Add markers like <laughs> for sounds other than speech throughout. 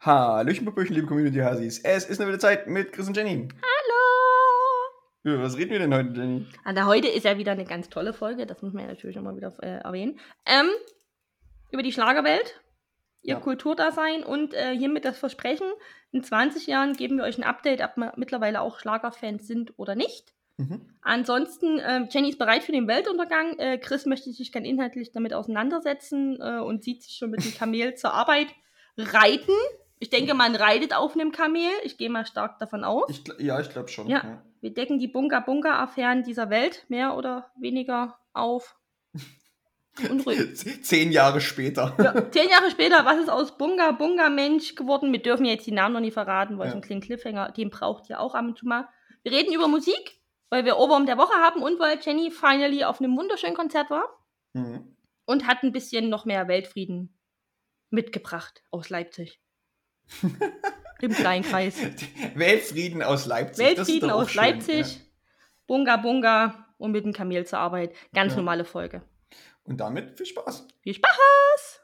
Hallöchen, Popöchen, liebe Community-Hasis. Es ist eine wieder Zeit mit Chris und Jenny. Hallo! Über was reden wir denn heute, Jenny? Also heute ist ja wieder eine ganz tolle Folge, das muss man ja natürlich immer wieder äh, erwähnen. Ähm, über die Schlagerwelt, ihr Ja. Kulturdasein und äh, hiermit das Versprechen, in 20 Jahren geben wir euch ein Update, ob wir mittlerweile auch Schlagerfans sind oder nicht. Mhm. Ansonsten, ähm, Jenny ist bereit für den Weltuntergang. Äh, Chris möchte sich gern inhaltlich damit auseinandersetzen äh, und sieht sich schon mit dem Kamel zur Arbeit reiten. Ich denke, man reitet auf einem Kamel. Ich gehe mal stark davon aus. Ich, gl- ja, ich glaube schon. Ja. Wir decken die Bunker-Bunker-Affären dieser Welt mehr oder weniger auf. Und ruhig. <laughs> Zehn Jahre später. Ja, zehn Jahre später, was ist aus Bunga Bunga Mensch geworden? Wir dürfen jetzt die Namen noch nicht verraten, weil Ja. so einen kleinen Cliffhanger, den braucht ihr auch ab und zu mal. Wir reden über Musik, weil wir Oberm der Woche haben und weil Jenny finally auf einem wunderschönen Konzert war Mhm. <laughs> und hat ein bisschen noch mehr Weltfrieden mitgebracht aus Leipzig. Im kleinen Kreis. Weltfrieden aus Leipzig. das ist Weltfrieden doch auch aus schön, Leipzig, Ja. Bunga Bunga und mit dem Kamel zur Arbeit. Ganz Ja. normale Folge. Und damit viel Spaß. Viel Spaß!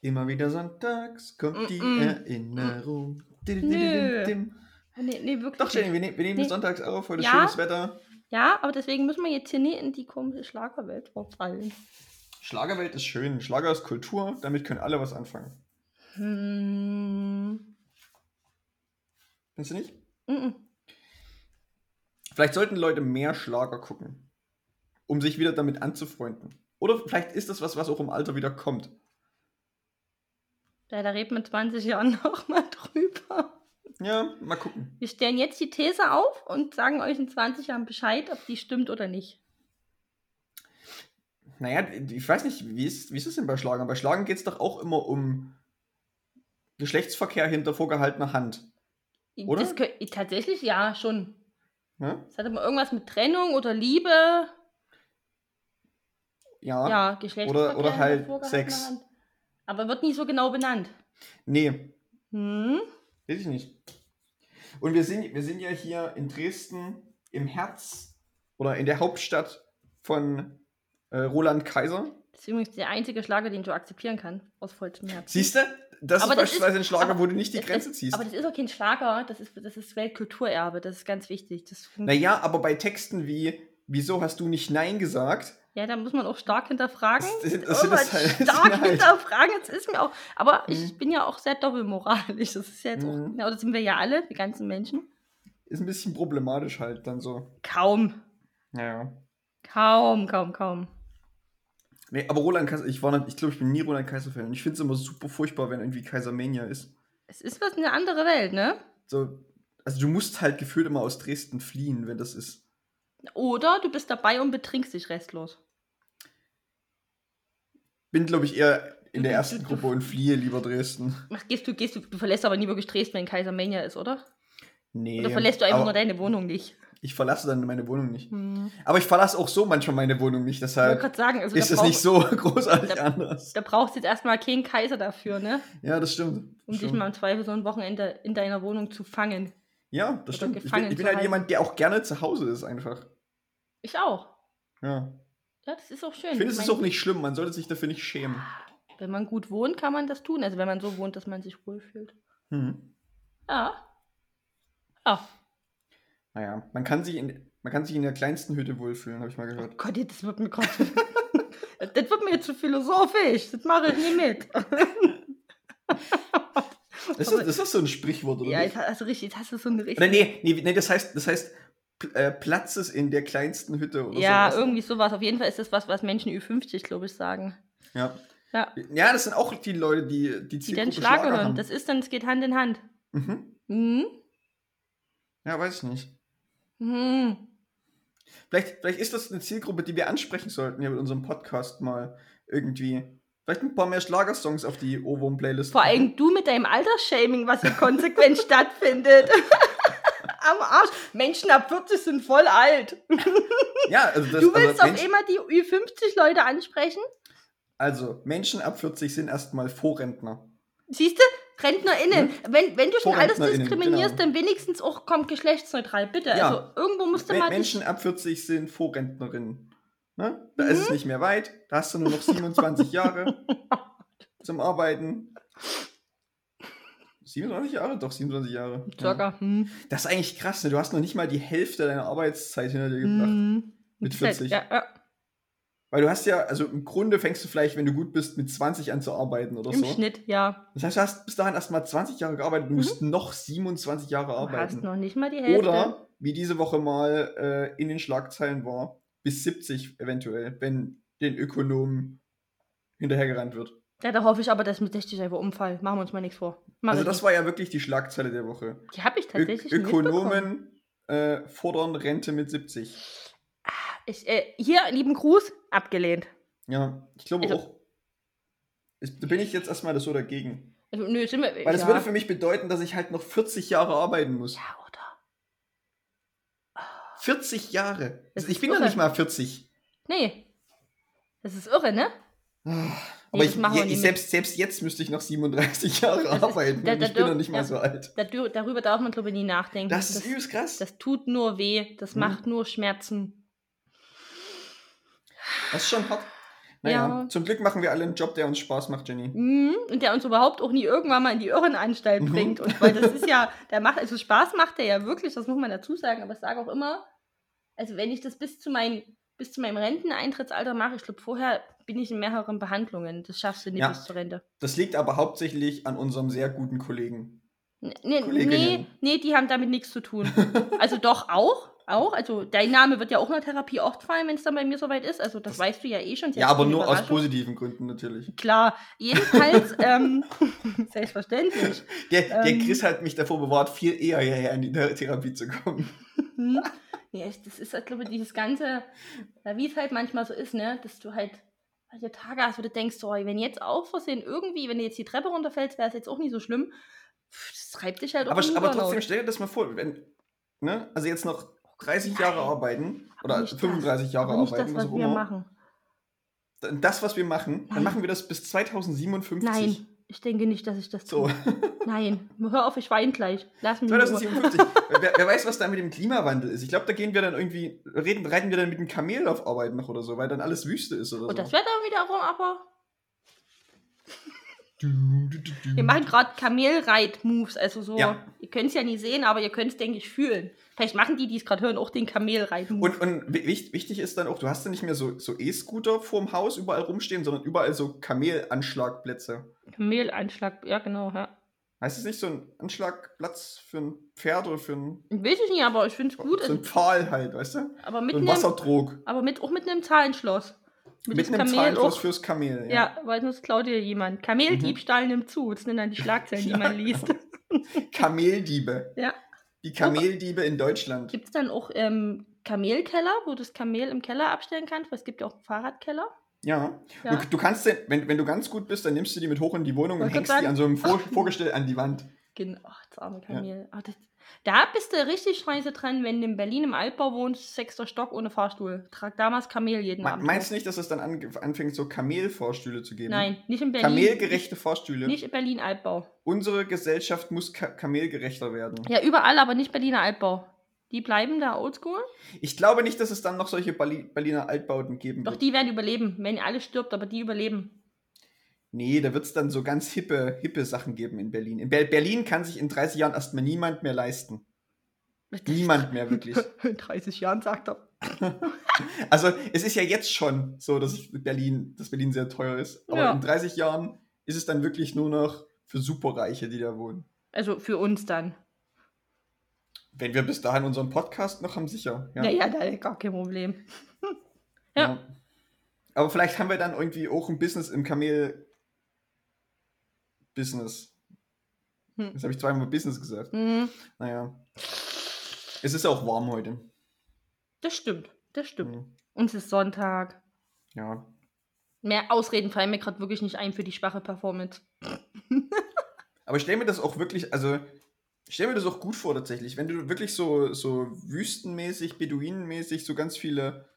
Immer wieder sonntags kommt die Mm-mm. Erinnerung. Dim, Mm, Nö. dim, dim. Ah, Nee, nee, wirklich. Doch, Jenny, wir, ne wir nehmen Nee. sonntags auf. Heute ist Ja. schönes Wetter. Ja, aber deswegen müssen wir jetzt hier nie in die komische Schlagerwelt verfallen. Schlagerwelt ist schön. Schlager ist Kultur. Damit können alle was anfangen. Hm. Findest du nicht? Mm-mm. Vielleicht sollten Leute mehr Schlager gucken, um sich wieder damit anzufreunden. Oder vielleicht ist das was, was auch im Alter wieder kommt. Ja, da reden wir in 20 Jahren <laughs> nochmal drüber. Ja, mal gucken. Wir stellen jetzt die These auf und sagen euch in 20 Jahren Bescheid, ob die stimmt oder nicht. Naja, ich weiß nicht, wie ist, wie ist es denn bei Schlagern? Bei Schlagern geht es doch auch immer um Geschlechtsverkehr hinter vorgehaltener Hand. Oder? Das kö- tatsächlich ja, schon. Ne? Es hat immer irgendwas mit Trennung oder Liebe. Ja. Ja, Geschlechtsverkehr. oder mit halt vorgehaltener Sex. Hand. Aber wird nicht so genau benannt. Nee, Hm? weiß ich nicht. Und wir sind, wir sind ja hier in Dresden im Herz oder in der Hauptstadt von äh, Roland Kaiser. Das ist übrigens der einzige Schlager, den du akzeptieren kannst, aus vollstem Herzen. Siehst du? Das Aber ist das beispielsweise ein Schlager, aber wo du nicht die Das- Grenze das, ziehst. Aber das ist auch kein Schlager, das ist, das ist Weltkulturerbe, das ist ganz wichtig. Das find- Naja, aber bei Texten wie Wieso hast du nicht Nein gesagt? Ja, da muss man auch stark hinterfragen. Das sind- das sind das Irgendwas halt- das sind stark halt- hinterfragen, das ist mir auch. Aber ich Mhm. bin ja auch sehr doppelmoralisch. Das ist ja jetzt auch. Mhm. Genau, das sind wir ja alle, die ganzen Menschen. Ist ein bisschen problematisch halt dann so. Kaum. Naja. Kaum, kaum, kaum. Nee, aber Roland Kaiser, ich, war noch- ich glaube, ich bin nie Roland Kaiser-Fan und ich finde es immer super furchtbar, wenn irgendwie Kaisermania ist. Es ist was eine andere Welt, ne? So, also du musst halt gefühlt immer aus Dresden fliehen, wenn das ist. Oder du bist dabei und betrinkst dich restlos. Bin, glaube ich, eher in der Du- du- ersten du- Gruppe und fliehe lieber Dresden. Ach, gehst du, gehst du, du verlässt aber nie wirklich Dresden, wenn Kaisermania ist, oder? Nee. Oder verlässt du einfach nur aber deine Wohnung nicht? Ich verlasse dann meine Wohnung nicht. Hm. Aber ich verlasse auch so manchmal meine Wohnung nicht, Ich wollte deshalb gerade sagen, also ist da es nicht brauch- so <laughs> großartig da- anders. Da brauchst du jetzt erstmal keinen Kaiser dafür, ne? Ja, das stimmt. Um dich Stimmt. mal im Zweifel so ein Wochenende in deiner Wohnung zu fangen. Ja, das Oder stimmt. Ich bin, Also gefangen ich bin zu halt halten. jemand, der auch gerne zu Hause ist, einfach. Ich auch. Ja. Ja, das ist auch schön. Ich finde, es Ich ist mein, auch nicht schlimm. Man sollte sich dafür nicht schämen. Wenn man gut wohnt, kann man das tun. Also wenn man so wohnt, dass man sich wohlfühlt. Hm. Ja. Ja. Naja, man kann, sich in, man kann sich in der kleinsten Hütte wohlfühlen, habe ich mal Oh <laughs> gehört. Gott, jetzt- das wird mir gerade. <laughs> das wird mir jetzt zu philosophisch. Das mache ich nie mit. Ist das, ist das so ein Sprichwort, oder? ja, jetzt nicht? hast du richtig, jetzt hast du so eine Oder richtige. nee, nee, nee, das heißt, das heißt P- äh, Platz ist in der kleinsten Hütte oder ja, sowas. irgendwie sowas. Auf jeden Fall ist das was, was Menschen Ü50, glaube ich, sagen. Ja. Ja. ja, das sind auch die Leute, die die Die Zielgruppe dann Schlager, Schlager hören. haben. Das ist dann, es geht Hand in Hand. mhm. Mhm. Ja, weiß ich nicht. Mhm. Vielleicht, vielleicht ist das eine Zielgruppe, die wir ansprechen sollten hier mit unserem Podcast mal irgendwie. Vielleicht ein paar mehr Schlagersongs auf die Ohrwurm-Playlist. Vor allem du mit deinem Altersshaming, was hier konsequent stattfindet. <laughs> Am Arsch. Menschen ab 40 sind voll alt. <laughs> Ja, also das, Du willst also auf Menschen- immer die Ü50-Leute ansprechen? Also, Menschen ab 40 sind erstmal Vorrentner. Siehst du? RentnerInnen. Wenn, wenn du schon alles VorrentnerInnen, diskriminierst, genau. dann wenigstens auch kommt geschlechtsneutral, bitte. Ja. Also irgendwo musste Me- man. Menschen ab 40 sind Vorrentnerinnen. Ne? Da Mhm. ist es nicht mehr weit. Da hast du nur noch 27 <laughs> Jahre zum Arbeiten. 27 Jahre? Doch, 27 Jahre. Ja. Circa. Hm. Das ist eigentlich krass. Ne? Du hast noch nicht mal die Hälfte deiner Arbeitszeit hinter dir gebracht. Hm. Mit 40. Ja, ja. Weil du hast ja, also im Grunde fängst du vielleicht, wenn du gut bist, mit 20 an zu arbeiten oder Im so. Schnitt, ja. Das heißt, du hast bis dahin erstmal 20 Jahre gearbeitet und musst noch 27 Jahre Du hast arbeiten. noch nicht mal die Hälfte. Oder, wie diese Woche mal äh, in den Schlagzeilen war, bis 70 eventuell, wenn den Ökonomen hinterhergerannt wird. Ja, da hoffe ich aber, dass mit 60 einfach Unfall. Machen wir uns mal nichts vor. Mach Also ich das war ja wirklich die Schlagzeile der Woche. nicht. die habe ich tatsächlich Ö nicht mitbekommen. Ökonomen äh, fordern Rente mit 70. Ich, äh, hier, lieben Gruß, abgelehnt. Ja, ich glaube Also- auch. Ist, da bin ich jetzt erstmal so dagegen. Also, nö, sind wir. Weil ja. das würde für mich bedeuten, dass ich halt noch 40 Jahre arbeiten muss. ja, oder? 40 Jahre. Das Also ich ist bin noch irre. nicht mal 40. Nee. Das ist irre, ne? Ah, Aber das ich, machen wir je, nicht ich mit. selbst, selbst jetzt müsste ich noch 37 Jahre Das ist- arbeiten. da- und da ich bin noch dürfen- nicht mal ja. so alt. Da, dür- darüber darf man, glaube ich, nie nachdenken. Das, ist übelst krass. Das, das tut nur weh. Das Mhm. macht nur Schmerzen. ist schon hart. Naja, Ja. zum Glück machen wir alle einen Job, der uns Spaß macht, Jenny. Mhm. Und der uns überhaupt auch nie irgendwann mal in die Irrenanstalt Mhm. bringt. Und weil das <laughs> ist ja, der macht, also Spaß macht der ja wirklich, das muss man dazu sagen. Aber ich sage auch immer, also wenn ich das bis zu meinem, bis zu meinem Renteneintrittsalter mache, ich glaube, vorher bin ich in mehreren Behandlungen. Das schaffst du nicht Ja. bis zur Rente. Das liegt aber hauptsächlich an unserem sehr guten Kollegen. N- Nee, nee, Kolleginnen. nee, die haben damit nichts <laughs> zu tun. Also doch auch, auch. Also dein Name wird ja auch in der Therapie oft fallen, wenn es dann bei mir soweit ist. Also das, Das- weißt du ja eh schon. Ja, aber nur aus Positiv. positiven Gründen natürlich. Klar, jedenfalls, ähm, <laughs> selbstverständlich. Der, der Ähm. Chris hat mich davor bewahrt, viel eher hierher in die Ther- Therapie zu kommen. <laughs> Hm. Ja, ich- das ist halt, glaube ich, dieses ganze, ja, wie es halt manchmal so ist, ne, dass du halt solche Tage hast, wo du denkst, oh, wenn jetzt auch versehen irgendwie, wenn du jetzt die Treppe runterfällst, wäre es jetzt auch nie so schlimm. Pff, Das treibt dich halt auch Aber, in die aber Burnout. trotzdem, stell dir das mal vor, wenn, ne, also jetzt noch 30 Jahre Nein. arbeiten Aber oder nicht das. 35 Jahre Aber nicht arbeiten, ne? das, was auch wir immer. machen. Dann das, was wir machen, Nein. dann machen wir das bis 2057. Nein, ich denke nicht, dass ich das So, tue. Nein, hör auf, ich weine gleich. Lass mich in Ruhe. 2057. wer, wer weiß, was da mit dem Klimawandel ist. Ich glaube, da gehen wir dann irgendwie, reden, reiten wir dann mit dem Kamel auf Arbeit noch oder so, weil dann alles Wüste ist oder Und Oh, das so. Wetter wiederum, aber Du, du, du, du. wir machen gerade Kamelreit-Moves, also so. Ja. Ihr könnt es ja nicht sehen, aber ihr könnt es, denke ich, fühlen. Vielleicht machen die, die es gerade hören, auch den Kamelreit-Move. Und, und wi- wich- wichtig ist dann auch, du hast dann nicht mehr so, so E-Scooter vorm Haus überall rumstehen, sondern überall so Kamelanschlagplätze. Kamelanschlag, ja genau. Ja. Heißt es nicht so ein Anschlagplatz für ein Pferd oder für ein, Weiß ich nicht, aber ich finde es gut. so Also, ein Pfahl halt, weißt du? aber So mit ein einem, Wassertrog. aber mit, auch mit einem Zahlenschloss. Mit dem einem Zahlenschloss auch. fürs Kamel. Ja. weil sonst klaut dir jemand. Kameldiebstahl nimmt zu. Das sind dann die Schlagzeilen, die Mhm. <laughs> Ja, man liest. Kameldiebe. Ja. Die Kameldiebe in Deutschland. Gibt es dann auch ähm, Kamelkeller, wo du das Kamel im Keller abstellen kannst? Weil es gibt ja auch einen Fahrradkeller. Ja. Ja. Du, du kannst den, wenn, wenn du ganz gut bist, dann nimmst du die mit hoch in die Wohnung und Wollte hängst gerade die an so einem Vor <laughs> Vorgestell an die Wand. Genau, ach, das arme Kamel. Ach, das, da bist du richtig scheiße dran, wenn du in Berlin im Altbau wohnst, sechster Stock ohne Fahrstuhl. Trag damals Kamel jeden Me- Abend. Meinst auf. du nicht, dass es dann ange- anfängt, so Kamelfahrstühle zu geben? Nein, nicht in Berlin. Kamelgerechte Fahrstühle. Nicht in Berlin Altbau. Unsere Gesellschaft muss ka kamelgerechter werden. Ja, überall, aber nicht Berliner Altbau. Die bleiben da oldschool. Ich glaube nicht, dass es dann noch solche Bali- Berliner Altbauten geben Doch wird. die werden überleben, wenn alle stirbt, aber die überleben. Nee, da wird es dann so ganz hippe, hippe Sachen geben in Berlin. In Ber Berlin kann sich in 30 Jahren erstmal niemand mehr leisten. <laughs> Niemand mehr, wirklich. In 30 Jahren sagt er. Also es ist ja jetzt schon so, dass ich Berlin, dass Berlin sehr teuer ist. Aber Ja. in 30 Jahren ist es dann wirklich nur noch für Superreiche, die da wohnen. Also für uns dann. Wenn wir bis dahin unseren Podcast noch haben, sicher. Ja. Naja, da ist gar kein Problem. ja. Aber vielleicht haben wir dann irgendwie auch ein Business im Kamel-Business. Hm. Jetzt habe ich zweimal Business gesagt. Hm, Naja. Es ist auch warm heute. das stimmt, das stimmt. Hm. Und es ist Sonntag. Ja. Mehr Ausreden fallen mir gerade wirklich nicht ein für die schwache Performance. Aber stell mir das auch wirklich, also stell mir das auch gut vor tatsächlich, wenn du wirklich so, so wüstenmäßig, beduinenmäßig, so ganz viele.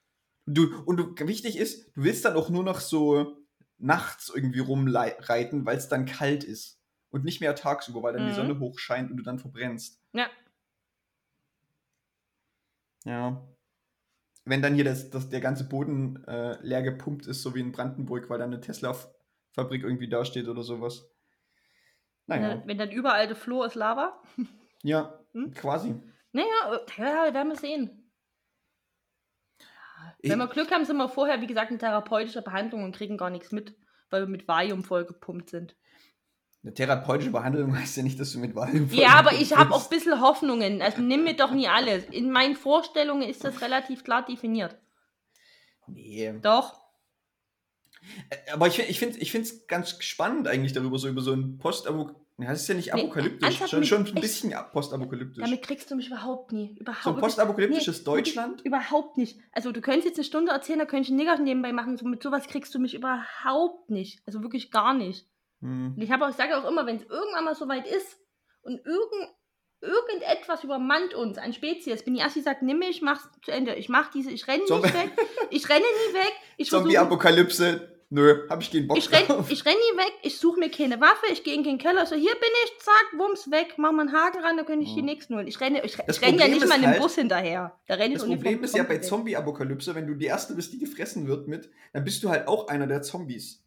Du, und du, wichtig ist, du willst dann auch nur noch so nachts irgendwie rumreiten, weil es dann kalt ist. Und nicht mehr tagsüber, weil dann die Mhm. Sonne hochscheint und du dann verbrennst. Ja. Ja. Wenn dann hier das, das, der ganze Boden äh, leer gepumpt ist, so wie in Brandenburg, weil dann eine Tesla-Fabrik irgendwie dasteht oder sowas. Naja. Ne, Wenn, wenn dann überall der Floh ist Lava. Ja, Hm? quasi. Naja, äh, ja, werden wir sehen. Ich- Wenn wir Glück haben, sind wir vorher, wie gesagt, in therapeutischer Behandlung und kriegen gar nichts mit, weil wir mit Valium vollgepumpt sind. Eine therapeutische Behandlung heißt ja nicht, dass du mit Valium Ja, aber ich habe auch ein bist. bisschen Hoffnungen. Also nimm mir doch nie alles. In meinen Vorstellungen ist das relativ klar definiert. Nee. Doch. Äh, Aber ich, fi- ich finde es ich find's ganz spannend eigentlich darüber, so über so ein Postapokalyptisch. Ja, das ist ja nicht Nee, apokalyptisch, ernsthaft schon, mit- schon ein ich- bisschen ab- postapokalyptisch. Damit kriegst du mich überhaupt nie. Überhaupt So ein postapokalyptisches Nee, Deutschland? Überhaupt nicht. Also du könntest jetzt eine Stunde erzählen, da könnte ich einen Nigger nebenbei machen. So, mit sowas kriegst du mich überhaupt nicht. Also wirklich gar nicht. Hm. Und ich habe auch, ich sage auch immer, wenn es irgendwann mal soweit ist und irgend, irgendetwas übermannt uns an Spezies, bin ich erst sagt, nimm mich, mach's zu Ende. Ich mach diese, ich renne Zombie- nicht weg. Ich renne nie weg. Ich versuche. Zombie-Apokalypse? Nö, hab ich keinen Bock Ich renn, drauf. ich renn nie weg, ich suche mir keine Waffe, ich gehe in den Keller, so hier bin ich, zack, wumms, weg, mach mal einen Haken ran, dann könnte ich Ja. die nächsten holen. Ich renne, ich, Das ich renn ja Problem nicht mal ist einem halt- Bus hinterher. Da renn ich das ohne Problem vom ist ja bei weg. Zombie-Apokalypse, wenn du die Erste bist, die gefressen wird mit, dann bist du halt auch einer der Zombies.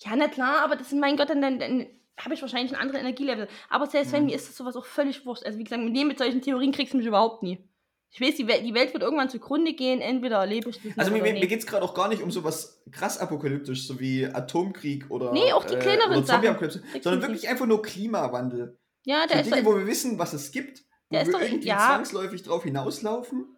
Ja, na klar, aber das ist mein Gott, dann, dann, dann habe ich wahrscheinlich einen anderen Energielevel. Aber selbst wenn, Mhm. mir ist das sowas auch völlig wurscht. Also wie gesagt, mit, dem, mit solchen Theorien kriegst du mich überhaupt nie. Ich weiß, die Welt, die Welt wird irgendwann zugrunde gehen, entweder erlebe ich das Also mir, oder mir nicht. geht es gerade auch gar nicht um sowas krass apokalyptisch, so wie Atomkrieg oder, äh, Nee, auch die kleineren oder Sachen. Zombie-Apokalypse, sondern Definitiv. wirklich einfach nur Klimawandel. ja, So da ist Dinge, doch, wo wir wissen, was es gibt, wo Der ist wir doch- irgendwie ja. zwangsläufig drauf hinauslaufen,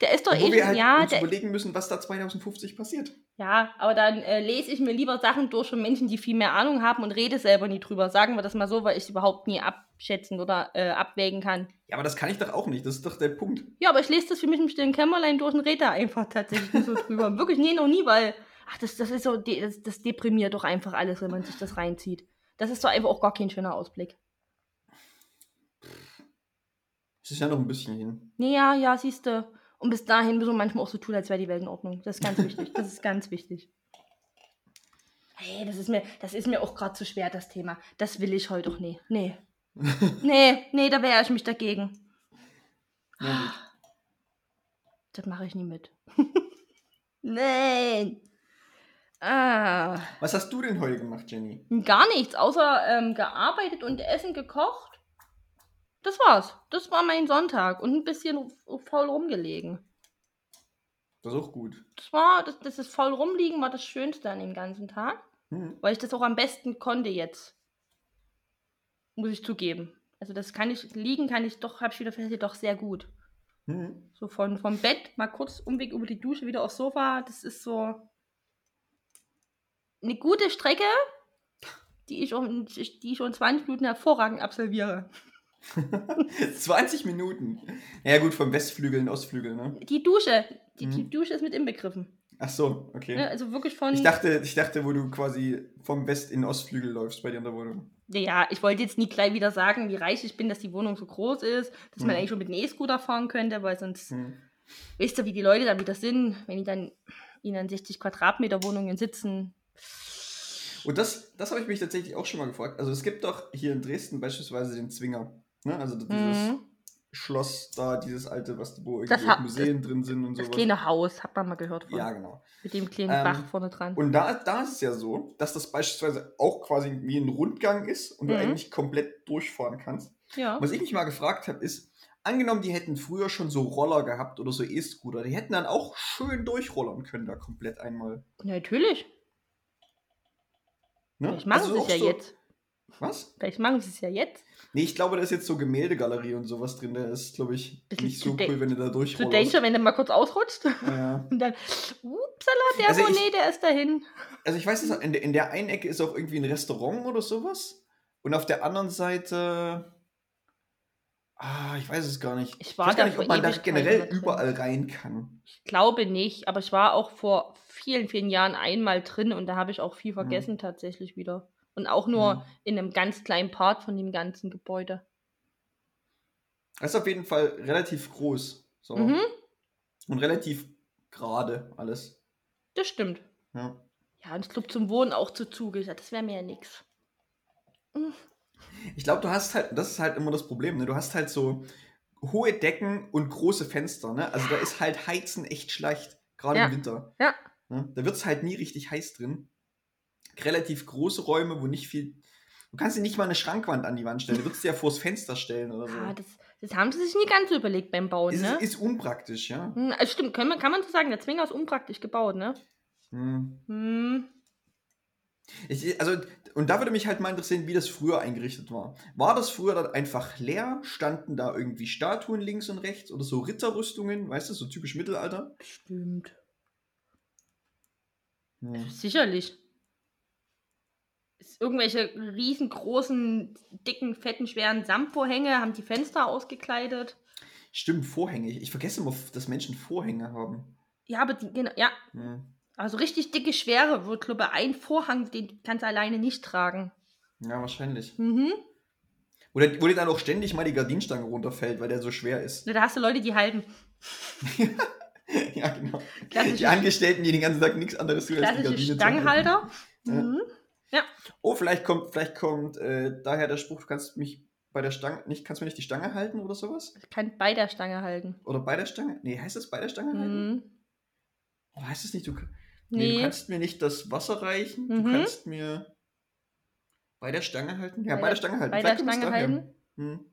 der ist doch und wo eh wir halt ja, uns der, überlegen müssen, was da 2050 passiert. ja, aber dann äh, lese ich mir lieber Sachen durch von Menschen, die viel mehr Ahnung haben und rede selber nie drüber. Sagen wir das mal so, weil ich es überhaupt nie abschätzen oder äh, abwägen kann. Ja, aber das kann ich doch auch nicht, das ist doch der Punkt. Ja, aber ich lese das für mich im stillen Kämmerlein durch und rede da einfach tatsächlich nicht so drüber. Wirklich, nee, noch nie, weil, ach, das, das ist so, de- das, das deprimiert doch einfach alles, wenn man sich das reinzieht. Das ist doch einfach auch gar kein schöner Ausblick. Es ist ja noch ein bisschen hin. Nee, ja, ja, siehst du. Und bis dahin müssen wir manchmal auch so tun, als wäre die Welt in Ordnung. Das ist ganz wichtig. Das ist ganz wichtig. Hey, das ist mir, das ist mir auch gerade zu schwer, das Thema. Das will ich heute doch nie. Nee. Nee, nee, da wehre ich mich dagegen. Ja, gut. Das mache ich nie mit. <laughs> Nein. Ah. Was hast du denn heute gemacht, Jenny? Gar nichts, außer ähm, gearbeitet und Essen gekocht. Das war's. Das war mein Sonntag und ein bisschen ru- faul rumgelegen. Das ist auch gut. Das war, das, das ist faul rumliegen war das Schönste an dem ganzen Tag, Hm. weil ich das auch am besten konnte jetzt. Muss ich zugeben. Also das kann ich, liegen kann ich doch, habe ich wieder festgestellt, doch sehr gut. Hm. So von, vom Bett, mal kurz Umweg über die Dusche, wieder aufs Sofa. Das ist so eine gute Strecke, die ich, um, die ich schon 20 Minuten hervorragend absolviere. <laughs> 20 Minuten. Ja gut, vom Westflügel in den Ostflügel, ne? Die Dusche, die, die Mhm. Dusche ist mit inbegriffen. Ach so, Ne? okay. Also wirklich von. Ich dachte, ich dachte, wo du quasi vom West in den Ostflügel läufst bei dir in der Wohnung. ja, ich wollte jetzt nie gleich wieder sagen, wie reich ich bin, dass die Wohnung so groß ist, dass man Mhm. eigentlich schon mit einem E-Scooter fahren könnte, weil sonst Hm. wisst ihr, wie die Leute dann wieder sind, wenn die dann in an 60 Quadratmeter Wohnungen sitzen. Und das, das habe ich mich tatsächlich auch schon mal gefragt. Also es gibt doch hier in Dresden beispielsweise den Zwinger. Ne? Also dieses Mhm. Schloss da, dieses alte, was wo Das irgendwie hat- auch Museen drin sind und Das sowas. kleine Haus, hat man mal gehört von. ja, genau. Mit dem kleinen Ähm, Bach vorne dran. Und da, da ist es ja so, dass das beispielsweise auch quasi wie ein Rundgang ist und du Mhm. eigentlich komplett durchfahren kannst. ja. Was ich mich mal gefragt habe, ist, angenommen, die hätten früher schon so Roller gehabt oder so E-Scooter, die hätten dann auch schön durchrollern können da komplett einmal. Natürlich. Ne? Vielleicht machen Also sie es auch ja so, jetzt. Was? Vielleicht machen sie es ja jetzt. Nee, ich glaube, da ist jetzt so Gemäldegalerie und sowas drin. Da ist, glaube ich, Bisschen nicht so zu cool, wenn du da Du durchrollerst. denkst schon, wenn du mal kurz <laughs> ausrutscht <laughs> Ja. und dann, upsala, der Also ich- Monet, der ist dahin. Also ich weiß, es- in der, in der einen Ecke ist auch irgendwie ein Restaurant oder sowas. Und auf der anderen Seite. Ah, ich weiß es gar nicht. Ich war weiß gar da nicht, vor ob man da Ewigkeiten generell mal drin. überall rein kann. Ich glaube nicht, aber ich war auch vor vielen, vielen Jahren einmal drin und da habe ich auch viel vergessen tatsächlich wieder. Und auch nur Mhm. in einem ganz kleinen Part von dem ganzen Gebäude. Das ist auf jeden Fall relativ groß. So. Mhm, Und relativ gerade alles. das stimmt. Ja. Ja, und ich glaube, zum Wohnen auch zu Zuge. Das wäre mir ja nichts. Ich glaube, du hast halt, das ist halt immer das Problem, ne? Du hast halt so hohe Decken und große Fenster, ne? Also da ist halt Heizen echt schlecht, gerade Ja. im Winter. Ja. Ne? Da wird es halt nie richtig heiß drin. Relativ große Räume, wo nicht viel. Du kannst dir nicht mal eine Schrankwand an die Wand stellen. Du würdest dir ja vors Fenster stellen oder so. Ah, das, das haben sie sich nie ganz so überlegt beim Bauen, Also ist, ne? ist unpraktisch, ja. Hm, also stimmt, kann man, kann man so sagen, der Zwinger ist unpraktisch gebaut, ne? Hm. Hm. Ich, also, und da würde mich halt mal interessieren, wie das früher eingerichtet war. War das früher dann einfach leer? Standen da irgendwie Statuen links und rechts oder so Ritterrüstungen, weißt du, so typisch Mittelalter? Bestimmt. Hm. Sicherlich. Ist irgendwelche riesengroßen, dicken, fetten, schweren Samtvorhänge haben die Fenster ausgekleidet. Stimmt, Vorhänge. Ich vergesse immer, dass Menschen Vorhänge haben. Ja, aber die, genau, ja, Hm. also richtig dicke, schwere wird, glaube ich, ein Vorhang, den kannst du alleine nicht tragen. Ja, wahrscheinlich. Mhm. Oder wo dir dann auch ständig mal die Gardinstange runterfällt, weil der so schwer ist. Da hast du Leute, die halten. <laughs> ja, genau. Die Klassische, Angestellten, die den ganzen Tag nichts anderes tun, die klassische Gardine zu halten. Stangenhalter. Ja. Mhm. Oh, vielleicht kommt, vielleicht kommt äh, daher der Spruch, du kannst mich bei der Stange nicht, kannst du mir nicht die Stange halten oder sowas? Ich kann bei der Stange halten. Oder bei der Stange? Nee, heißt das bei der Stange halten? Mhm. Oh, heißt es nicht, du, nee. du Nee, kannst mir nicht das Wasser reichen, Mhm. du kannst mir bei der Stange halten? Ja, bei, Bei der der- Stange halten. bei der Vielleicht kommt es Stange daher. halten. Hm.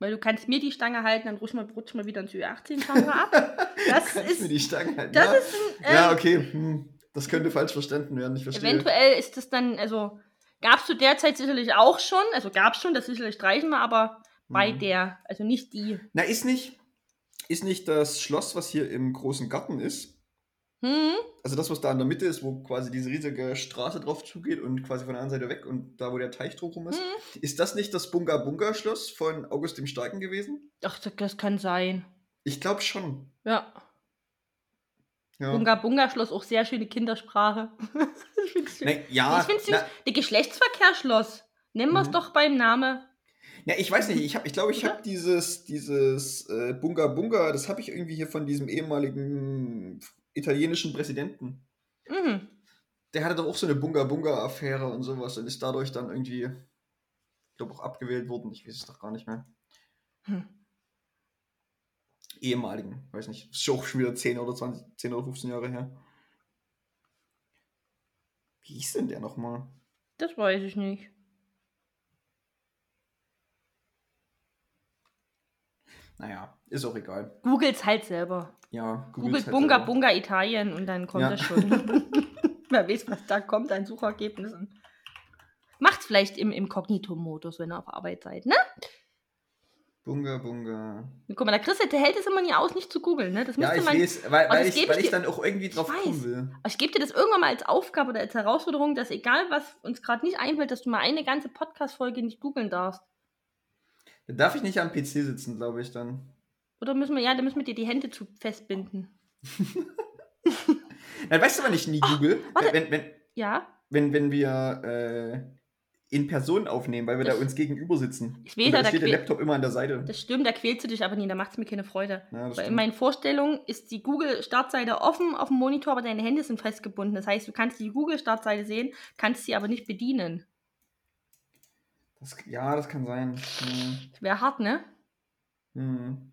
Weil du kannst mir die Stange halten, dann rutsch mal, rutsch mal wieder ins <laughs> Ü18-Kamera ab. Hm. Kannst Das mir ist, die Stange halten. das ja. ist ein, ähm, ja, okay. Hm. Das könnte falsch verstanden werden, ich verstehe. Eventuell ist das dann, also gab es zu der Zeit sicherlich auch schon, also gab es schon, das sicherlich streichen wir, aber bei Hm. der, also nicht die. Na, ist nicht, ist nicht das Schloss, was hier im großen Garten ist, Hm? also das, was da in der Mitte ist, wo quasi diese riesige Straße drauf zugeht und quasi von der anderen Seite weg und da, wo der Teich drumherum ist, Hm? ist das nicht das Bunga Bunga Schloss von August dem Starken gewesen? Ach, das- das kann sein. Ich glaube schon. Ja. Ja. Bunga Bunga Schloss, auch sehr schöne Kindersprache. <laughs> ich find's süß. Na, ja, ich find's süß. Na, Der Geschlechtsverkehrsschloss. Nennen wir es Mhm. doch beim Namen. na, ich weiß nicht, ich glaube, ich, glaub, ich Oder? habe dieses, dieses äh, Bunga Bunga, das habe ich irgendwie hier von diesem ehemaligen italienischen Präsidenten. Mhm. Der hatte doch auch so eine Bunga Bunga Affäre und sowas und ist dadurch dann irgendwie, ich glaube, auch abgewählt worden. Ich weiß es doch gar nicht mehr. Hm. Ehemaligen, weiß nicht. Ist schon auch schon wieder 10 oder 20, 10 oder 15 Jahre her. Wie hieß denn der nochmal? Das weiß ich nicht. Naja, ist auch egal. Googles halt selber. Ja, Googelt halt Bunga selber. Bunga Italien und dann kommt Ja. das <laughs> schon. Wer weiß, was da kommt an Suchergebnissen. Macht's vielleicht im Inkognito-Modus, wenn ihr auf Arbeit seid, ne? Bunga Bunga. Guck mal, der Chris der hält es immer nie aus, nicht zu googeln, ne? Das Ja, müsste ich man. weiß, weil, das weil, ich, gebe weil ich ich dir- dann auch irgendwie drauf weiß. kommen will. Aber ich gebe dir das irgendwann mal als Aufgabe oder als Herausforderung, dass egal was uns gerade nicht einfällt, dass du mal eine ganze Podcast-Folge nicht googeln darfst. Dann darf ich nicht am PC sitzen, glaube ich dann. Oder müssen wir, ja, dann müssen wir dir die Hände zu festbinden. Dann weißt du, wann ich nie google? Ah, warte. wenn, wenn, Ja? wenn, wenn wir äh, in Person aufnehmen, weil wir Das- da uns gegenüber sitzen. Ich weiß Und ja, da da steht der quäl- Laptop immer an der Seite. Das stimmt, da quälst du dich aber nie, da macht's mir keine Freude. Ja, das Weil in stimmt. meinen Vorstellungen ist die Google-Startseite offen auf dem Monitor, aber deine Hände sind festgebunden. Das heißt, du kannst die Google-Startseite sehen, kannst sie aber nicht bedienen. Das, ja, das kann sein. Hm. Das wäre hart, ne? Hm.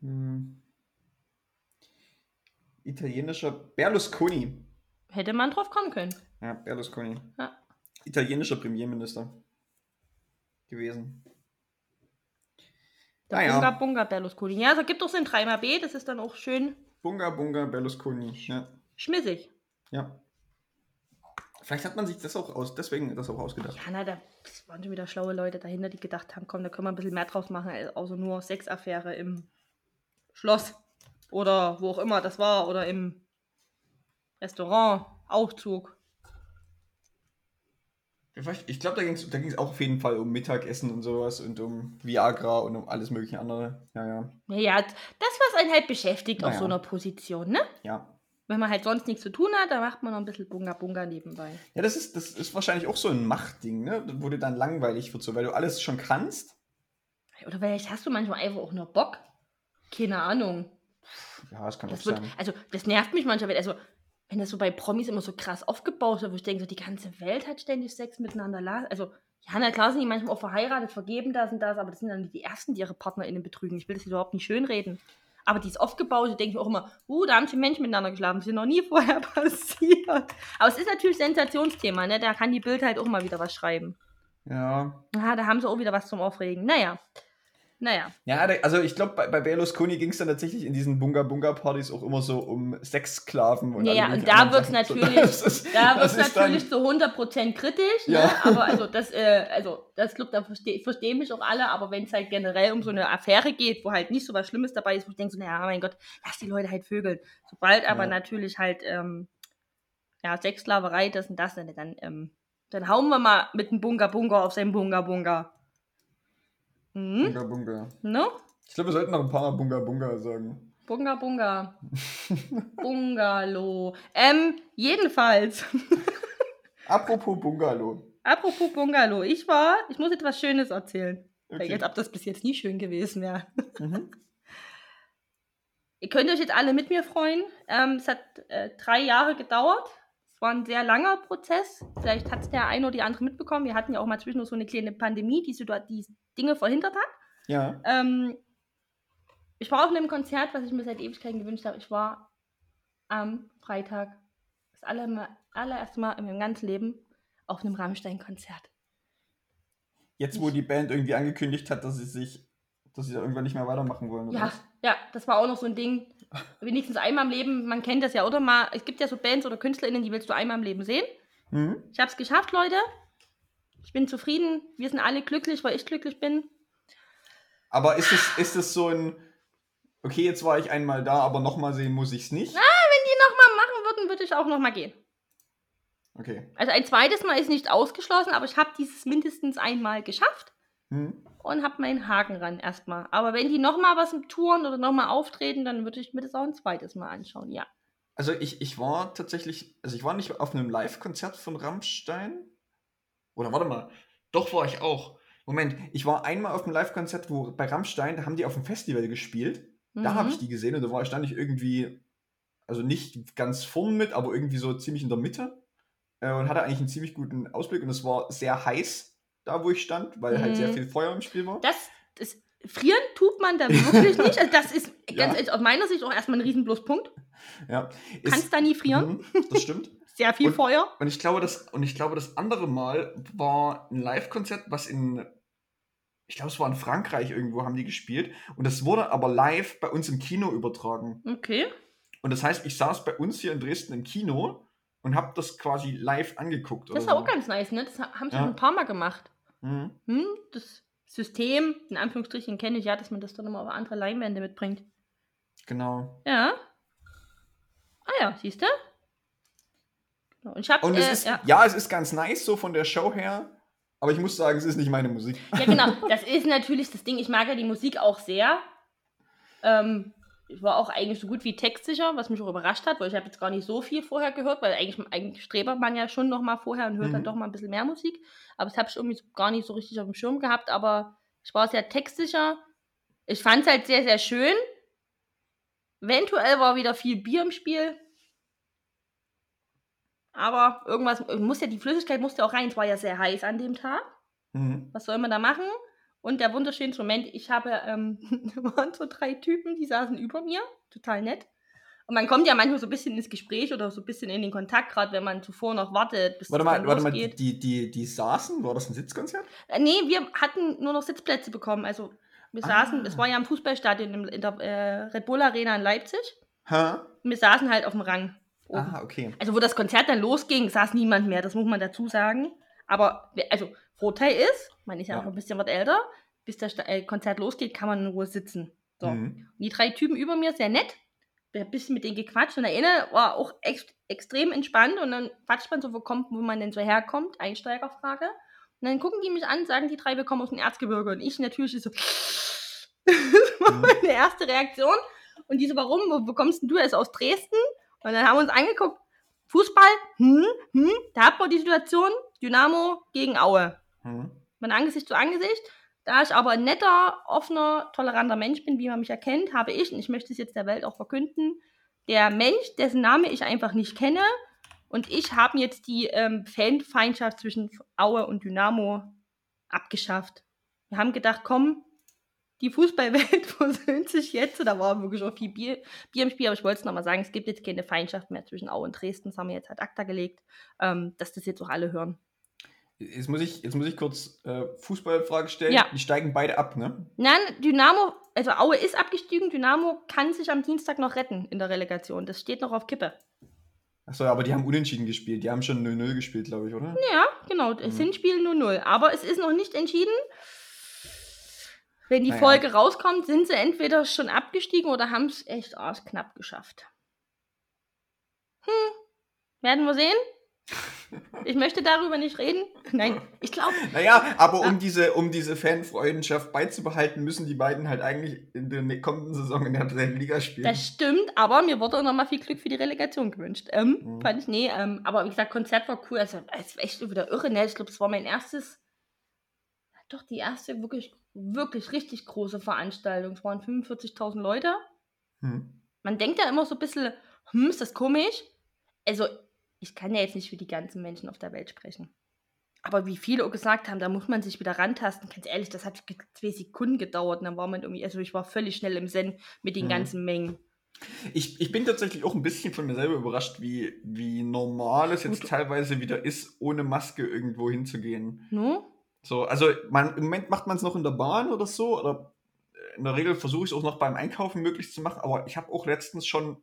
Hm. Italienischer Berlusconi. Hätte man drauf kommen können. Ja, Berlusconi. Ja. Italienischer Premierminister gewesen. Der Naja. Bunga Bunga Berlusconi. Ja, das gibt doch Sinn. 3 mal B, das ist dann auch schön Bunga Bunga Berlusconi. Ja. schmissig. ja. Vielleicht hat man sich das auch aus, deswegen das auch ausgedacht. Ja, na, da das waren schon wieder schlaue Leute dahinter, die gedacht haben, komm, da können wir ein bisschen mehr draus machen, als- außer nur Sexaffäre im Schloss oder wo auch immer das war oder im Restaurant, Aufzug. Vielleicht- Ich glaube, da ging es da ging's auch auf jeden Fall um Mittagessen und sowas und um Viagra und um alles mögliche andere. Ja, ja. Naja, das, was einen halt beschäftigt auf Naja. so einer Position, ne? Ja, Wenn man halt sonst nichts zu tun hat, dann macht man noch ein bisschen Bunga Bunga nebenbei. ja das, ist, das ist wahrscheinlich auch so ein Machtding, ne? wo dir dann langweilig wird, so, weil du alles schon kannst. Oder vielleicht hast du manchmal einfach auch nur Bock. Keine Ahnung. Ja, das kann auch Das wird, sein. also, das nervt mich manchmal. wenn- Also, wenn das so bei Promis immer so krass aufgebaut wird, wo ich denke, so die ganze Welt hat ständig Sex miteinander. la- Also, ja, na klar sind die manchmal auch verheiratet, vergeben das und das, aber das sind dann die Ersten, die ihre PartnerInnen betrügen. Ich will das überhaupt nicht schönreden. Aber die ist aufgebaut, da denke ich mir auch immer, uh, da haben die Menschen miteinander geschlafen, das ist noch nie <laughs> vorher passiert. Aber es ist natürlich Sensationsthema, ne? Da kann die Bild halt auch mal wieder was schreiben. Ja. Ja, da haben sie auch wieder was zum Aufregen. Naja. Naja. Ja, da- also ich glaube, bei, bei Berlusconi ging es dann tatsächlich in diesen Bunga-Bunga-Partys auch immer so um Sexsklaven und Ja, alle und möglichen da anderen Sachen. wird's So, <laughs> natürlich- das ist- Da wird das es ist dann- natürlich zu 100% kritisch, ne? Ja. aber also das, äh, also das Club, da verstehe versteh mich auch alle, aber wenn es halt generell um so eine Affäre geht, wo halt nicht so was Schlimmes dabei ist, wo ich denke so, naja, mein Gott, lass die Leute halt vögeln. Sobald aber Ja. natürlich halt, ähm, ja, Sexsklaverei, das und das, dann, dann, ähm, dann hauen wir mal mit einem Bunga Bunga auf seinen Bunga Bunga. Hm? Bunga-Bunga. Ne? Ich glaube, wir sollten noch ein paar Mal Bunga-Bunga sagen. Bunga Bunga. Bungalow. Ähm, jedenfalls. Apropos Bungalow. Apropos Bungalow, ich war, ich muss etwas Schönes erzählen. Weil Okay. jetzt ab das bis jetzt nie schön gewesen wäre. Mhm. Ihr könnt euch jetzt alle mit mir freuen. Ähm, es hat äh, drei Jahre gedauert. Es war ein sehr langer Prozess. Vielleicht hat es der eine oder die andere mitbekommen. Wir hatten ja auch mal zwischendurch so eine kleine Pandemie, die, situa- die Dinge verhindert hat. Ja. Ähm, ich war auf einem Konzert, was ich mir seit Ewigkeiten gewünscht habe. Ich war am Freitag, das aller, allererste Mal in meinem ganzen Leben, auf einem Rammstein-Konzert. Jetzt, wo die Band irgendwie angekündigt hat, dass sie sich, dass sie da irgendwann nicht mehr weitermachen wollen. oder Ja, was? ja, das war auch noch so ein Ding. Wenigstens einmal im Leben, man kennt das ja, oder mal. Es gibt ja so Bands oder KünstlerInnen, die willst du einmal im Leben sehen. Mhm. Ich hab's geschafft, Leute. Ich bin zufrieden. Wir sind alle glücklich, weil ich glücklich bin. Aber ist es, ist es so ein, okay, jetzt war ich einmal da, aber nochmal sehen muss ich es nicht? Wenn die nochmal machen würden, würde ich auch nochmal gehen. Okay. Also ein zweites Mal ist nicht ausgeschlossen, aber ich habe dieses mindestens einmal geschafft Mhm. und habe meinen Haken ran erstmal. Aber wenn die nochmal was im Touren oder nochmal auftreten, dann würde ich mir das auch ein zweites Mal anschauen, ja. Also ich, ich war tatsächlich, also ich war nicht auf einem Live-Konzert von Rammstein. Oder warte mal, doch war ich auch. Moment, ich war einmal auf einem Live-Konzert, wo bei Rammstein, da haben die auf dem Festival gespielt. Da Mhm. habe ich die gesehen und da war ich stand ich irgendwie, also nicht ganz vorn mit, aber irgendwie so ziemlich in der Mitte äh, und hatte eigentlich einen ziemlich guten Ausblick und es war sehr heiß da, wo ich stand, weil halt Mhm. sehr viel Feuer im Spiel war. Das, das frieren tut man da <laughs> wirklich nicht. Also das ist Ja. ganz ehrlich, aus meiner Sicht auch erstmal ein riesen Pluspunkt. Ja, Du kannst da nie frieren. Mhm, das stimmt. Sehr viel Und- Feuer. Und ich glaube, das, und ich glaube, das andere Mal war ein Live-Konzert, was in, ich glaube, es war in Frankreich irgendwo, haben die gespielt. Und das wurde aber live bei uns im Kino übertragen. Okay. Und das heißt, ich saß bei uns hier in Dresden im Kino und habe das quasi live angeguckt. Das ist oder auch ganz nice, ne? Das ha- haben sie Ja. schon ein paar Mal gemacht. Mhm. Hm? Das System, in Anführungsstrichen, kenne ich ja, dass man das dann nochmal auf andere Leinwände mitbringt. Genau. Ja. Ah ja, siehst du? Genau. Und ich habe. Und Äh, es ist, ja. ja. es ist ganz nice so von der Show her, aber ich muss sagen, es ist nicht meine Musik. ja, genau. Das ist natürlich das Ding. Ich mag ja die Musik auch sehr. Ähm, ich war auch eigentlich so gut wie textsicher, was mich auch überrascht hat, weil ich habe jetzt gar nicht so viel vorher gehört, weil eigentlich, eigentlich strebt man ja schon noch mal vorher und hört dann Mhm. doch mal ein bisschen mehr Musik. Aber das habe ich irgendwie so gar nicht so richtig auf dem Schirm gehabt, aber ich war sehr textsicher. Ich fand es halt sehr, sehr schön. Eventuell war wieder viel Bier im Spiel. Aber irgendwas, muss ja, die Flüssigkeit musste auch rein. Es war ja sehr heiß an dem Tag Mhm. was soll man da machen? Und der wunderschöne Instrument, ich habe, ähm, <laughs> da waren so drei Typen, die saßen über mir, total nett. Und man kommt ja manchmal so ein bisschen ins Gespräch oder so ein bisschen in den Kontakt, gerade wenn man zuvor noch wartet, bis Warte es mal, dann warte mal, losgeht. die, die, die saßen? War das ein Sitzkonzert? Äh, nee, wir hatten nur noch Sitzplätze bekommen. Also wir Ah. saßen, es war ja im Fußballstadion im, in der äh, Red Bull Arena in Leipzig. Ha? Und wir saßen halt auf dem Rang. oben. Ah, okay. Also wo das Konzert dann losging, saß niemand mehr, das muss man dazu sagen. Aber wer- also Vorteil ist, man ist ja, Ja. auch ein bisschen was älter, bis das Sta- äh, Konzert losgeht, kann man in Ruhe sitzen. So. <laughs> Mhm. Die drei Typen über mir, sehr nett. Ich hab ein bisschen mit denen gequatscht und der eine war auch ex extrem entspannt und dann quatscht man so, wo kommt, wo man denn so herkommt, Einsteigerfrage. Und dann gucken die mich an, sagen die drei, wir kommen aus dem Erzgebirge. Und ich natürlich so, <laughs> das war Mhm. <laughs> meine erste Reaktion. Und die so, warum, wo, wo kommst denn du? Er ist aus Dresden. Und dann haben wir uns angeguckt, Fußball, hm, hm, da hat man die Situation, Dynamo gegen Aue Mhm. von Angesicht zu Angesicht. Da ich aber ein netter, offener, toleranter Mensch bin, wie man mich erkennt, habe ich, und ich möchte es jetzt der Welt auch verkünden, der Mensch, dessen Name ich einfach nicht kenne. Und ich haben jetzt die ähm, Fanfeindschaft zwischen Aue und Dynamo abgeschafft. Wir haben gedacht, komm, die Fußballwelt <laughs> versöhnt sich jetzt. Da war wirklich auch viel Bier, Bier im Spiel, aber ich wollte es nochmal sagen, es gibt jetzt keine Feindschaft mehr zwischen Aue und Dresden. Das haben wir jetzt halt ACTA gelegt, ähm, dass das jetzt auch alle hören. Jetzt muss ich, jetzt muss ich kurz äh, Fußballfrage stellen. Ja. Die steigen beide ab, ne? Nein, Dynamo, also Aue ist abgestiegen, Dynamo kann sich am Dienstag noch retten in der Relegation. Das steht noch auf Kippe. Achso, aber die haben unentschieden gespielt. Die haben schon 0-0 gespielt, glaube ich, oder? Ja, genau. Es Mhm. sind Spiele 0-0. Aber es ist noch nicht entschieden. Wenn die Naja. Folge rauskommt, sind sie entweder schon abgestiegen oder haben es echt arschknapp geschafft. Hm. Werden wir sehen. Ich möchte darüber nicht reden. Nein, ich glaube. Naja, aber Ah. um diese, um diese Fanfreundschaft beizubehalten, müssen die beiden halt eigentlich in der kommenden Saison in der dritten Liga spielen. Das stimmt, aber mir wurde auch nochmal viel Glück für die Relegation gewünscht. Ähm, Mhm. Fand ich, nee, ähm, aber wie gesagt, Konzert war cool. Also, es war echt wieder irre, ne? Ich glaube, es war mein erstes, doch die erste wirklich, wirklich richtig große Veranstaltung. Es waren 45.000 Leute. Hm. Man denkt ja immer so ein bisschen, hm, ist das komisch? Also, ich kann ja jetzt nicht für die ganzen Menschen auf der Welt sprechen. Aber wie viele auch gesagt haben, da muss man sich wieder rantasten. Ganz ehrlich, das hat ge- zwei Sekunden gedauert. Und dann war man irgendwie, also ich war völlig schnell im Zen mit den Mhm. ganzen Mengen. Ich, ich bin tatsächlich auch ein bisschen von mir selber überrascht, wie, wie normal es jetzt Gut. teilweise wieder ist, ohne Maske irgendwo hinzugehen. No? So, also man, im Moment macht man es noch in der Bahn oder so, oder in der Regel versuche ich es auch noch beim Einkaufen möglich zu machen, aber ich habe auch letztens schon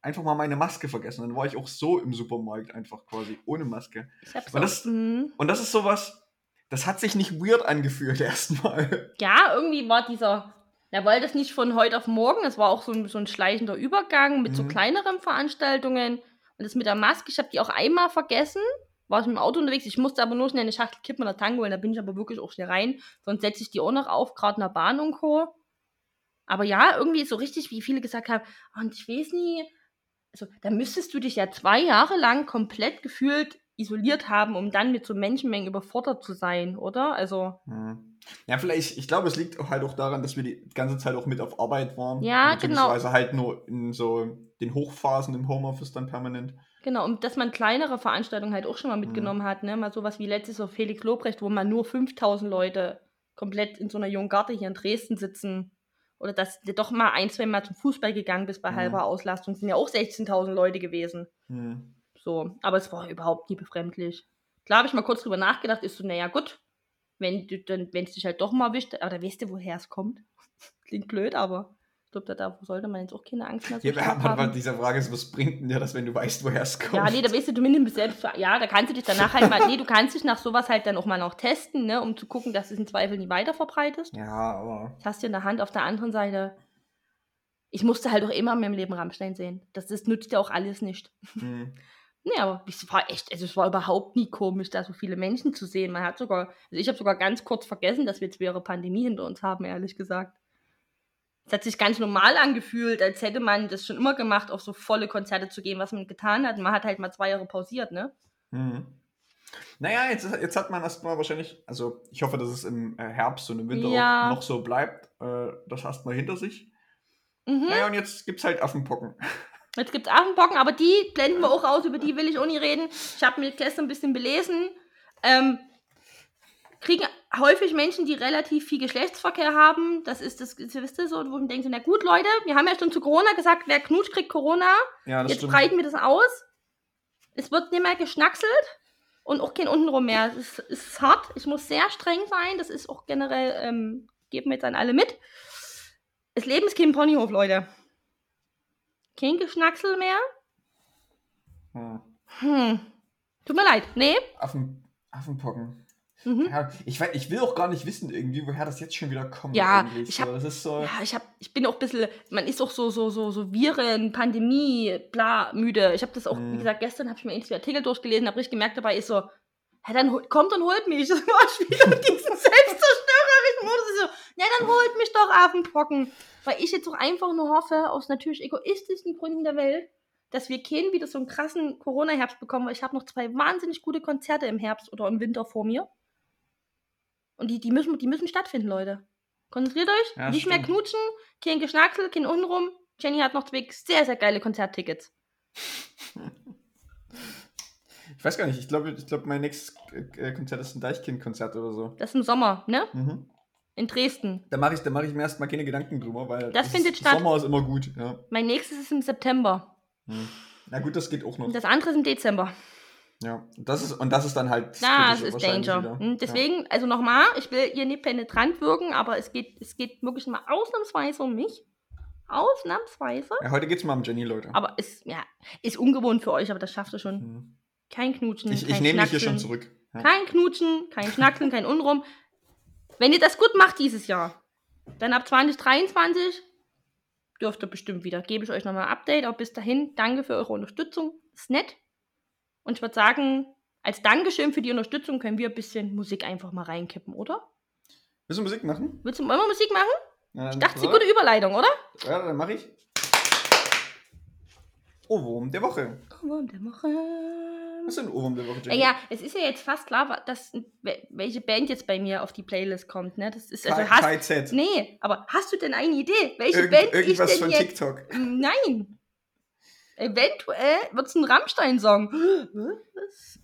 einfach mal meine Maske vergessen. Dann war ich auch so im Supermarkt einfach quasi ohne Maske. Ich hab's Aber auch, das- Mhm. Und das ist sowas, das hat sich nicht weird angefühlt <laughs> erstmal. ja, irgendwie war dieser. Er wollte das nicht von heute auf morgen. Es war auch so ein, so ein schleichender Übergang mit so Mhm. kleineren Veranstaltungen. Und das mit der Maske, ich habe die auch einmal vergessen. War ich im Auto unterwegs. Ich musste aber nur schnell eine Schachtel Kippen oder Tango holen. Da bin ich aber wirklich auch schnell rein. Sonst setze ich die auch noch auf, gerade in der Bahn und Co. Aber ja, irgendwie ist so richtig, wie viele gesagt haben, "Ah, und ich weiß nie, also da müsstest du dich ja zwei Jahre lang komplett gefühlt isoliert haben, um dann mit so Menschenmengen überfordert zu sein, oder? Also. Hm. Ja, vielleicht, ich glaube, es liegt auch halt auch daran, dass wir die ganze Zeit auch mit auf Arbeit waren. Ja, genau. Beziehungsweise halt nur in so den Hochphasen im Homeoffice dann permanent. Genau, und dass man kleinere Veranstaltungen halt auch schon mal Mhm. mitgenommen hat, ne? Mal sowas wie letztes auf Felix Lobrecht, wo man nur 5000 Leute komplett in so einer jungen Garde hier in Dresden sitzen. Oder dass du doch mal ein, zwei Mal zum Fußball gegangen bist bei Mhm. halber Auslastung, sind ja auch 16.000 Leute gewesen. Hm. So, aber es war überhaupt nie befremdlich. Klar habe ich mal kurz drüber nachgedacht, ist so, naja, gut, wenn du dann, wenn es dich halt doch mal wischt, aber da weißt du, woher es kommt. <laughs> Klingt blöd, aber ich glaube, da, da sollte man jetzt auch keine Angst mehr so Hier stark hat man diese Frage ist, was bringt denn dir das, wenn du weißt, woher es kommt? ja, nee, da bist du zumindest selbst. Ja, da kannst du dich danach halt mal. Nee, du kannst dich nach sowas halt dann auch mal noch testen, ne, um zu gucken, dass du es im Zweifel nie weiter verbreitest. ja, aber. Das hast du in der Hand. Auf der anderen Seite, ich musste halt auch immer in meinem Leben Rammstein sehen. Das, das nützt ja auch alles nicht. Hm. Nee, aber es war echt, also es war überhaupt nie komisch, da so viele Menschen zu sehen. Man hat sogar, also ich habe sogar ganz kurz vergessen, dass wir jetzt wäre Pandemie hinter uns haben, ehrlich gesagt. Es hat sich ganz normal angefühlt, als hätte man das schon immer gemacht, auf so volle Konzerte zu gehen, was man getan hat. Man hat halt mal zwei Jahre pausiert, ne? Hm. Naja, jetzt, ist- jetzt hat man erstmal wahrscheinlich, also ich hoffe, dass es im äh, Herbst und im Winter Ja. auch noch so bleibt, äh, das erstmal hinter sich. Mhm. Naja, und jetzt gibt's halt Affenpocken. Jetzt gibt's Affenpocken, aber die blenden wir auch aus, über die will ich auch nie reden. Ich habe mir gestern ein bisschen belesen. Ähm, kriegen häufig Menschen, die relativ viel Geschlechtsverkehr haben. Das ist das Gewisse so, wo man denkt, so, na gut, Leute, wir haben ja schon zu Corona gesagt, wer knutscht, kriegt Corona. Ja, das Jetzt breiten wir das aus. Es wird nicht mehr geschnackselt und auch kein untenrum mehr. Es ist, es ist hart. Ich muss sehr streng sein. Das ist auch generell, ähm, geben wir jetzt an alle mit. Das Leben ist kein Ponyhof, Leute. Kein Geschnacksel mehr. Hm. Hm. Tut mir leid. Nee. Affen, Affenpocken. Mhm. Ja, ich, wei- ich will auch gar nicht wissen, irgendwie, woher das jetzt schon wieder kommt. Ja, eigentlich. ich hab- so, das ist so. Ja, ich, hab, ich bin auch ein bisschen, man ist auch so, so, so, so Viren, Pandemie, bla, müde. Ich habe das auch, Mhm. wie gesagt, gestern habe ich mir irgendwie Artikel durchgelesen, habe richtig gemerkt, dabei ist so, ja, dann hol- kommt und holt mich. <laughs> Das war schon wieder in diesem selbstzerstörerischen Modus. Ich So, ja, dann holt mich doch Affenpocken. Weil ich jetzt auch einfach nur hoffe, aus natürlich egoistischen Gründen der Welt, dass wir keinen wieder so einen krassen Corona-Herbst bekommen, weil ich habe noch zwei wahnsinnig gute Konzerte im Herbst oder im Winter vor mir. Und die, die, müssen, die müssen stattfinden, Leute. Konzentriert euch, Ja, nicht mehr stimmt. knutschen, kein Geschnacksel, kein Unrum, Jenny hat noch zwei sehr, sehr geile Konzerttickets. Ich weiß gar nicht, ich glaube, ich glaub, mein nächstes äh, Konzert ist ein Deichkind-Konzert oder so. Das ist im Sommer, ne? Mhm. In Dresden. Da mache ich, da mach ich mir erstmal keine Gedanken drüber, weil Das findet ist, statt. Sommer ist immer gut. Ja. Mein nächstes ist im September. Mhm. Na gut, das geht auch noch. Und das andere ist im Dezember. ja. und, das ist, und das ist dann halt. das Ah, Das Kritische ist wahrscheinlich Danger. wieder. Hm, Deswegen, also nochmal, ich will hier nicht penetrant wirken, aber es geht, es geht wirklich mal ausnahmsweise um mich. Ausnahmsweise. Ja. Ja, heute geht's mal um Jenny, Leute. Aber ist, ja, ist ungewohnt für euch, aber das schafft ihr schon. Mhm. Kein Knutschen. Ich, kein ich nehme mich hier Schnackseln. schon zurück. Ja. Kein Knutschen, kein Schnackseln, kein Unrum. Wenn ihr das gut macht dieses Jahr, dann ab 2023 dürft ihr bestimmt wieder. Gebe ich euch nochmal ein Update. Aber bis dahin, danke für eure Unterstützung. Ist nett. Und ich würde sagen, als Dankeschön für die Unterstützung können wir ein bisschen Musik einfach mal reinkippen, oder? Willst du Musik machen? Willst du mal Musik machen? Ja, Ich dachte, sie gute Überleitung, oder? Ja, dann mache ich. Ohrwurm der Woche. Ohrwurm der Woche. Was ist denn Ohrwurm der Woche, Jenny? Ja, es ist ja jetzt fast klar, wa- dass, wel- welche Band jetzt bei mir auf die Playlist kommt. Ne? Das ist, also, hast, KZ. Nee, aber hast du denn eine Idee, welche Irgend, Band ich irgendwas denn von jetzt... TikTok. Nein. Eventuell wird es ein Rammstein-Song. Was?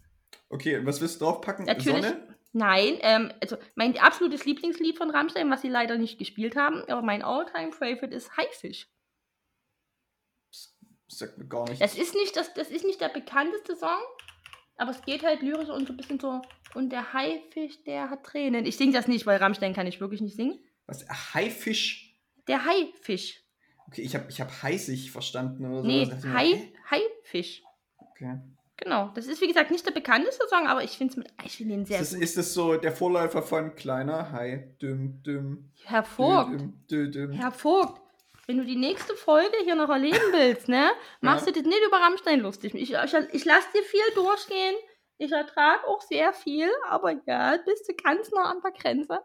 Okay, und was willst du draufpacken? Natürlich. Sonne? Nein, ähm, also mein absolutes Lieblingslied von Rammstein, was sie leider nicht gespielt haben, aber mein All-Time-Favorite ist Haifisch. Sagt mir gar nichts. Das ist, nicht das, das ist nicht der bekannteste Song, aber es geht halt lyrisch und so ein bisschen so. Und der Haifisch, der hat Tränen. Ich singe das nicht, weil Rammstein kann ich wirklich nicht singen. Was? Ah, Haifisch? Der Haifisch. Okay, ich habe ich hab heißig verstanden oder so. Nee, Dachte ich mir, Hai, hä? Haifisch. Okay. Genau, das ist wie gesagt nicht der bekannteste Song, aber ich finde es mit, ich finde ihn sehr Ist, das, ist das so der Vorläufer von Kleiner Hai? Düm, düm. Herr düm, Vogt, düm, düm, düm. Herr Vogt, wenn du die nächste Folge hier noch erleben willst, ne, machst du das nicht über Rammstein lustig. Ich, ich, ich lasse dir viel durchgehen, ich ertrage auch sehr viel, aber ja, bist du ganz nah an der Grenze.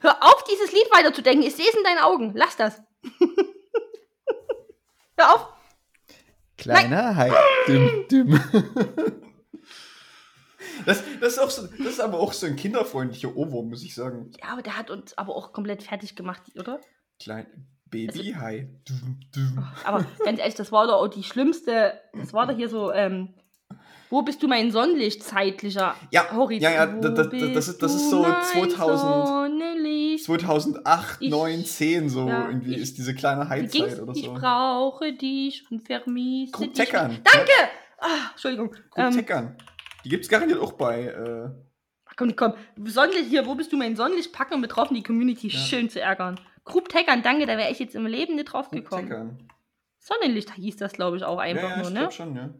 Hör auf, dieses Lied weiterzudenken, ich sehe es in deinen Augen, lass das. <laughs> Hör auf, Kleiner Hai. Düm, düm. Das, das, ist auch so, das ist aber auch so ein kinderfreundlicher Ohrwurm, muss ich sagen. ja, aber der hat uns aber auch komplett fertig gemacht, oder? Klein Also- Baby-Hai. Düm, düm. Aber ganz ehrlich, das war doch auch die schlimmste. Das war doch hier so, ähm, wo bist du mein Sonnenlicht zeitlicher Ja, Horizont? ja, ja, da- da- da- das ist- das ist so Oh, Wo bist du mein 2000 Sonnenlicht? 2008, Ich- 9, 10 so ja, irgendwie ich- ist diese kleine Wie ging's? Hai-Zeit oder Ich so. brauche dich und vermisse Guck dich. Teckern. Danke! Ah, Entschuldigung. Guck Ähm, Teckern. Die gibt's garantiert auch bei. Äh, ach, komm, komm. Sonnenlicht hier, wo bist du mein Sonnenlicht packen und betroffen um die Community Ja. schön zu ärgern. Grub Teckern, danke, da wäre ich jetzt im Leben nicht drauf Guck gekommen. Teckern. Sonnenlicht hieß das, glaube ich, auch Ja, einfach ja, nur, ich ne? glaub schon, ja.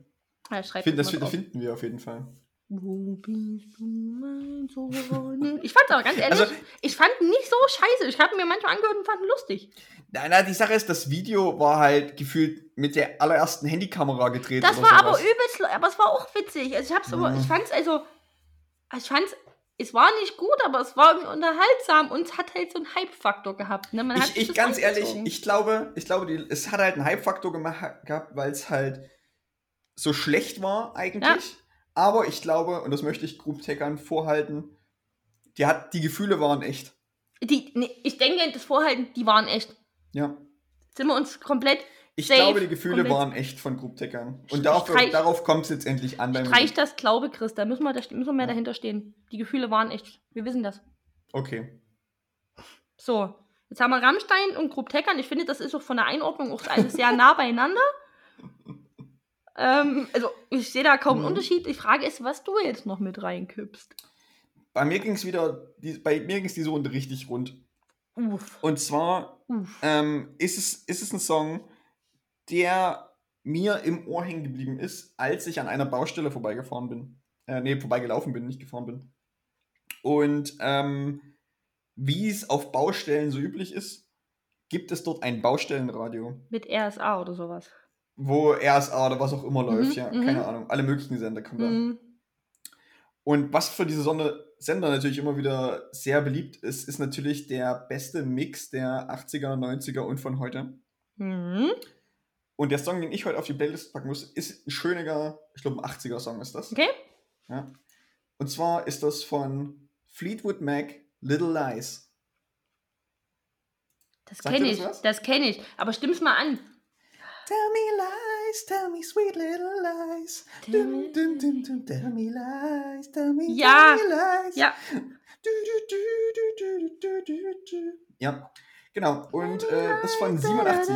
Ja, schreibt Find, das das, mal das drauf. finden wir auf jeden Fall. Wo bist du, mein Sohn? Ich fand's aber ganz ehrlich, Also- ich fand ihn nicht so scheiße. Ich habe mir manchmal angehört und fand ihn lustig. Na, na, die Sache ist, das Video war halt gefühlt mit der allerersten Handykamera gedreht. Das oder war aber sowas. Mhm. übelst, lo- aber es war auch witzig. Also ich hab's aber, Ja. ich fand's also, also ich fand's, es war nicht gut, aber es war irgendwie unterhaltsam und es hat halt so einen Hype-Faktor gehabt. Ne? Man hat Ich, sich ich das ganz ehrlich, reingezogen. ich glaube, ich glaube, die, es hat halt einen Hype-Faktor gemacht gehabt, weil es halt so schlecht war eigentlich. Aber ich glaube, und das möchte ich Grubtackern vorhalten, die hat, die Gefühle waren echt. die, nee, ich denke, das Vorhalten, die waren echt. Ja. Sind wir uns komplett Ich Safe, glaube, die Gefühle komplett. waren echt von Grubtackern. Streich- Und darauf, darauf kommt es jetzt endlich an. beim- streich das, glaube Chris, da müssen wir, da müssen wir mehr Ja. dahinter stehen. Die Gefühle waren echt. Wir wissen das. Okay. So, jetzt haben wir Rammstein und Grupp Teckern. Ich finde, das ist auch von der Einordnung auch alles sehr nah <laughs> beieinander. ähm, also, ich sehe da kaum einen Mhm. Unterschied. Die Frage ist, was du jetzt noch mit reinkippst. Bei mir ging es wieder, die, bei mir ging es diese Runde richtig rund. Uff. Und zwar Uff. ähm, ist, es, ist es ein Song, der mir im Ohr hängen geblieben ist, als ich an einer Baustelle vorbeigefahren bin. Äh, nee, vorbeigelaufen bin, nicht gefahren bin. Und ähm, wie es auf Baustellen so üblich ist, gibt es dort ein Baustellenradio, Mit RSA oder sowas. wo RSA oder was auch immer Mhm, läuft, ja, mhm. keine Ahnung, alle möglichen Sender kommen da. Mhm. Und was für diese Sonne Sender natürlich immer wieder sehr beliebt ist, ist natürlich der beste Mix der 80er, 90er und von heute. Mhm. Und der Song, den ich heute auf die Playlist packen muss, ist ein schöner, ich glaube ein 80er-Song ist das. Okay. Ja. Und zwar ist das von Fleetwood Mac, Little Lies. Das Sagt kenne ihr ich, das was? das, kenne ich. Aber stimm's mal an. Tell me lies, tell me sweet little lies. Dum, dum, dum, dum, tell me lies, tell me, Ja, tell me lies. ja. Du, du, du, du, du, du, du, du. Ja, genau. Und äh, das ist von 87.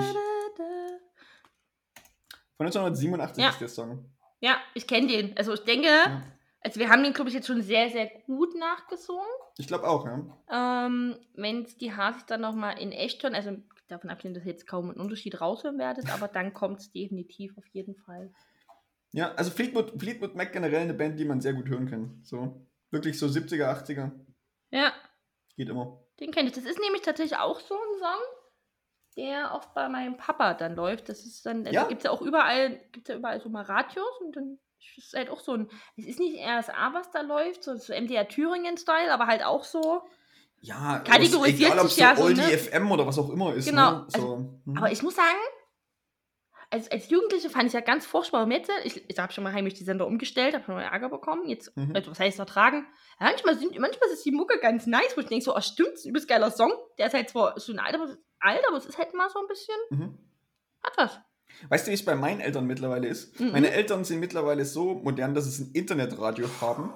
Von 1987 Ja. ist der Song. Ja, ich kenne den. Also ich denke, Ja. also wir haben den, glaube ich, jetzt schon sehr, sehr gut nachgesungen. Ich glaube auch, ja. Ähm, wenn die Hasis dann nochmal in echt hören, also davon abgesehen, dass ihr jetzt kaum einen Unterschied <laughs> raushören werdet, aber dann kommt es definitiv auf jeden Fall. Ja, also Fleetwood, Fleetwood Mac generell eine Band, die man sehr gut hören kann. So, wirklich so 70er, 80er. Ja, Geht immer. den kenne ich. Das ist nämlich tatsächlich auch so ein Song, der oft bei meinem Papa dann läuft. Das ist dann, also Ja. gibt es ja auch überall, gibt ja überall so mal Radios und dann ist es halt auch so ein, es ist nicht RSA, was da läuft, so, so MDR Thüringen-Style, aber halt auch so. Ja, Kategorisiert egal, sich ob's ja so so, Oldie ne? FM oder was auch immer ist. Genau, Ne? So. mhm. Aber ich muss sagen, als, als Jugendliche fand ich ja ganz furchtbar mit. Ich, ich habe schon mal heimlich die Sender umgestellt, habe schon mal Ärger bekommen. Jetzt, Mhm. also, was heißt ertragen? Ja, manchmal, sind, manchmal ist die Mucke ganz nice, wo ich denke, so, oh, stimmt, ist ein übelst geiler Song. Der ist halt zwar schon alt, aber, alt, aber es ist halt mal so ein bisschen, mhm. hat was. Weißt du, wie es bei meinen Eltern mittlerweile ist? Mhm. Meine Eltern sind mittlerweile so modern, dass sie ein Internetradio haben.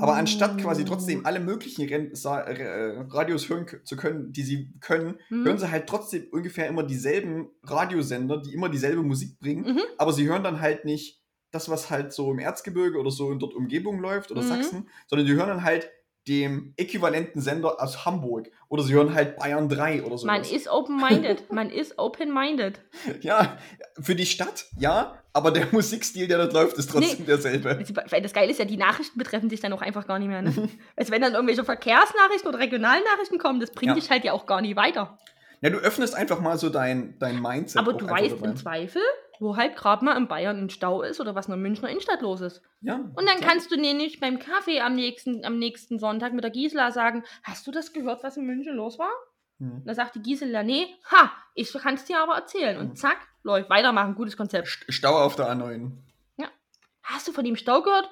Aber anstatt quasi trotzdem alle möglichen Ren Sa äh, Radios hören k- zu können, die sie können, Mhm. hören sie halt trotzdem ungefähr immer dieselben Radiosender, die immer dieselbe Musik bringen. Mhm. Aber sie hören dann halt nicht das, was halt so im Erzgebirge oder so in dort Umgebung läuft oder Mhm. Sachsen, sondern die hören dann halt dem äquivalenten Sender aus Hamburg oder sie hören halt Bayern 3 oder so. Man ist open-minded. <laughs> Man ist open-minded. Ja, für die Stadt, ja, aber der <laughs> Musikstil, der dort läuft, ist trotzdem derselbe. Also, Weil das Geile ist ja, die Nachrichten betreffen dich dann auch einfach gar nicht <laughs> mehr. Ne? Also wenn dann irgendwelche Verkehrsnachrichten oder Regionalnachrichten kommen, das bringt Ja. dich halt ja auch gar nicht weiter. Ja, du öffnest einfach mal so dein, dein Mindset. Aber auch du einfach weißt dabei. im Zweifel, wo halt gerade mal in Bayern ein Stau ist oder was in der Münchner Innenstadt los ist. Ja. Und dann kannst du nämlich beim Kaffee am nächsten, am nächsten Sonntag mit der Gisela sagen, hast du das gehört, was in München los war? Hm. Und dann sagt die Gisela, nee, ha, ich kann es dir aber erzählen. Mhm. Und zack, läuft, weitermachen, gutes Konzept. St- Stau auf der A9. <laughs> Hast du von dem Stau gehört?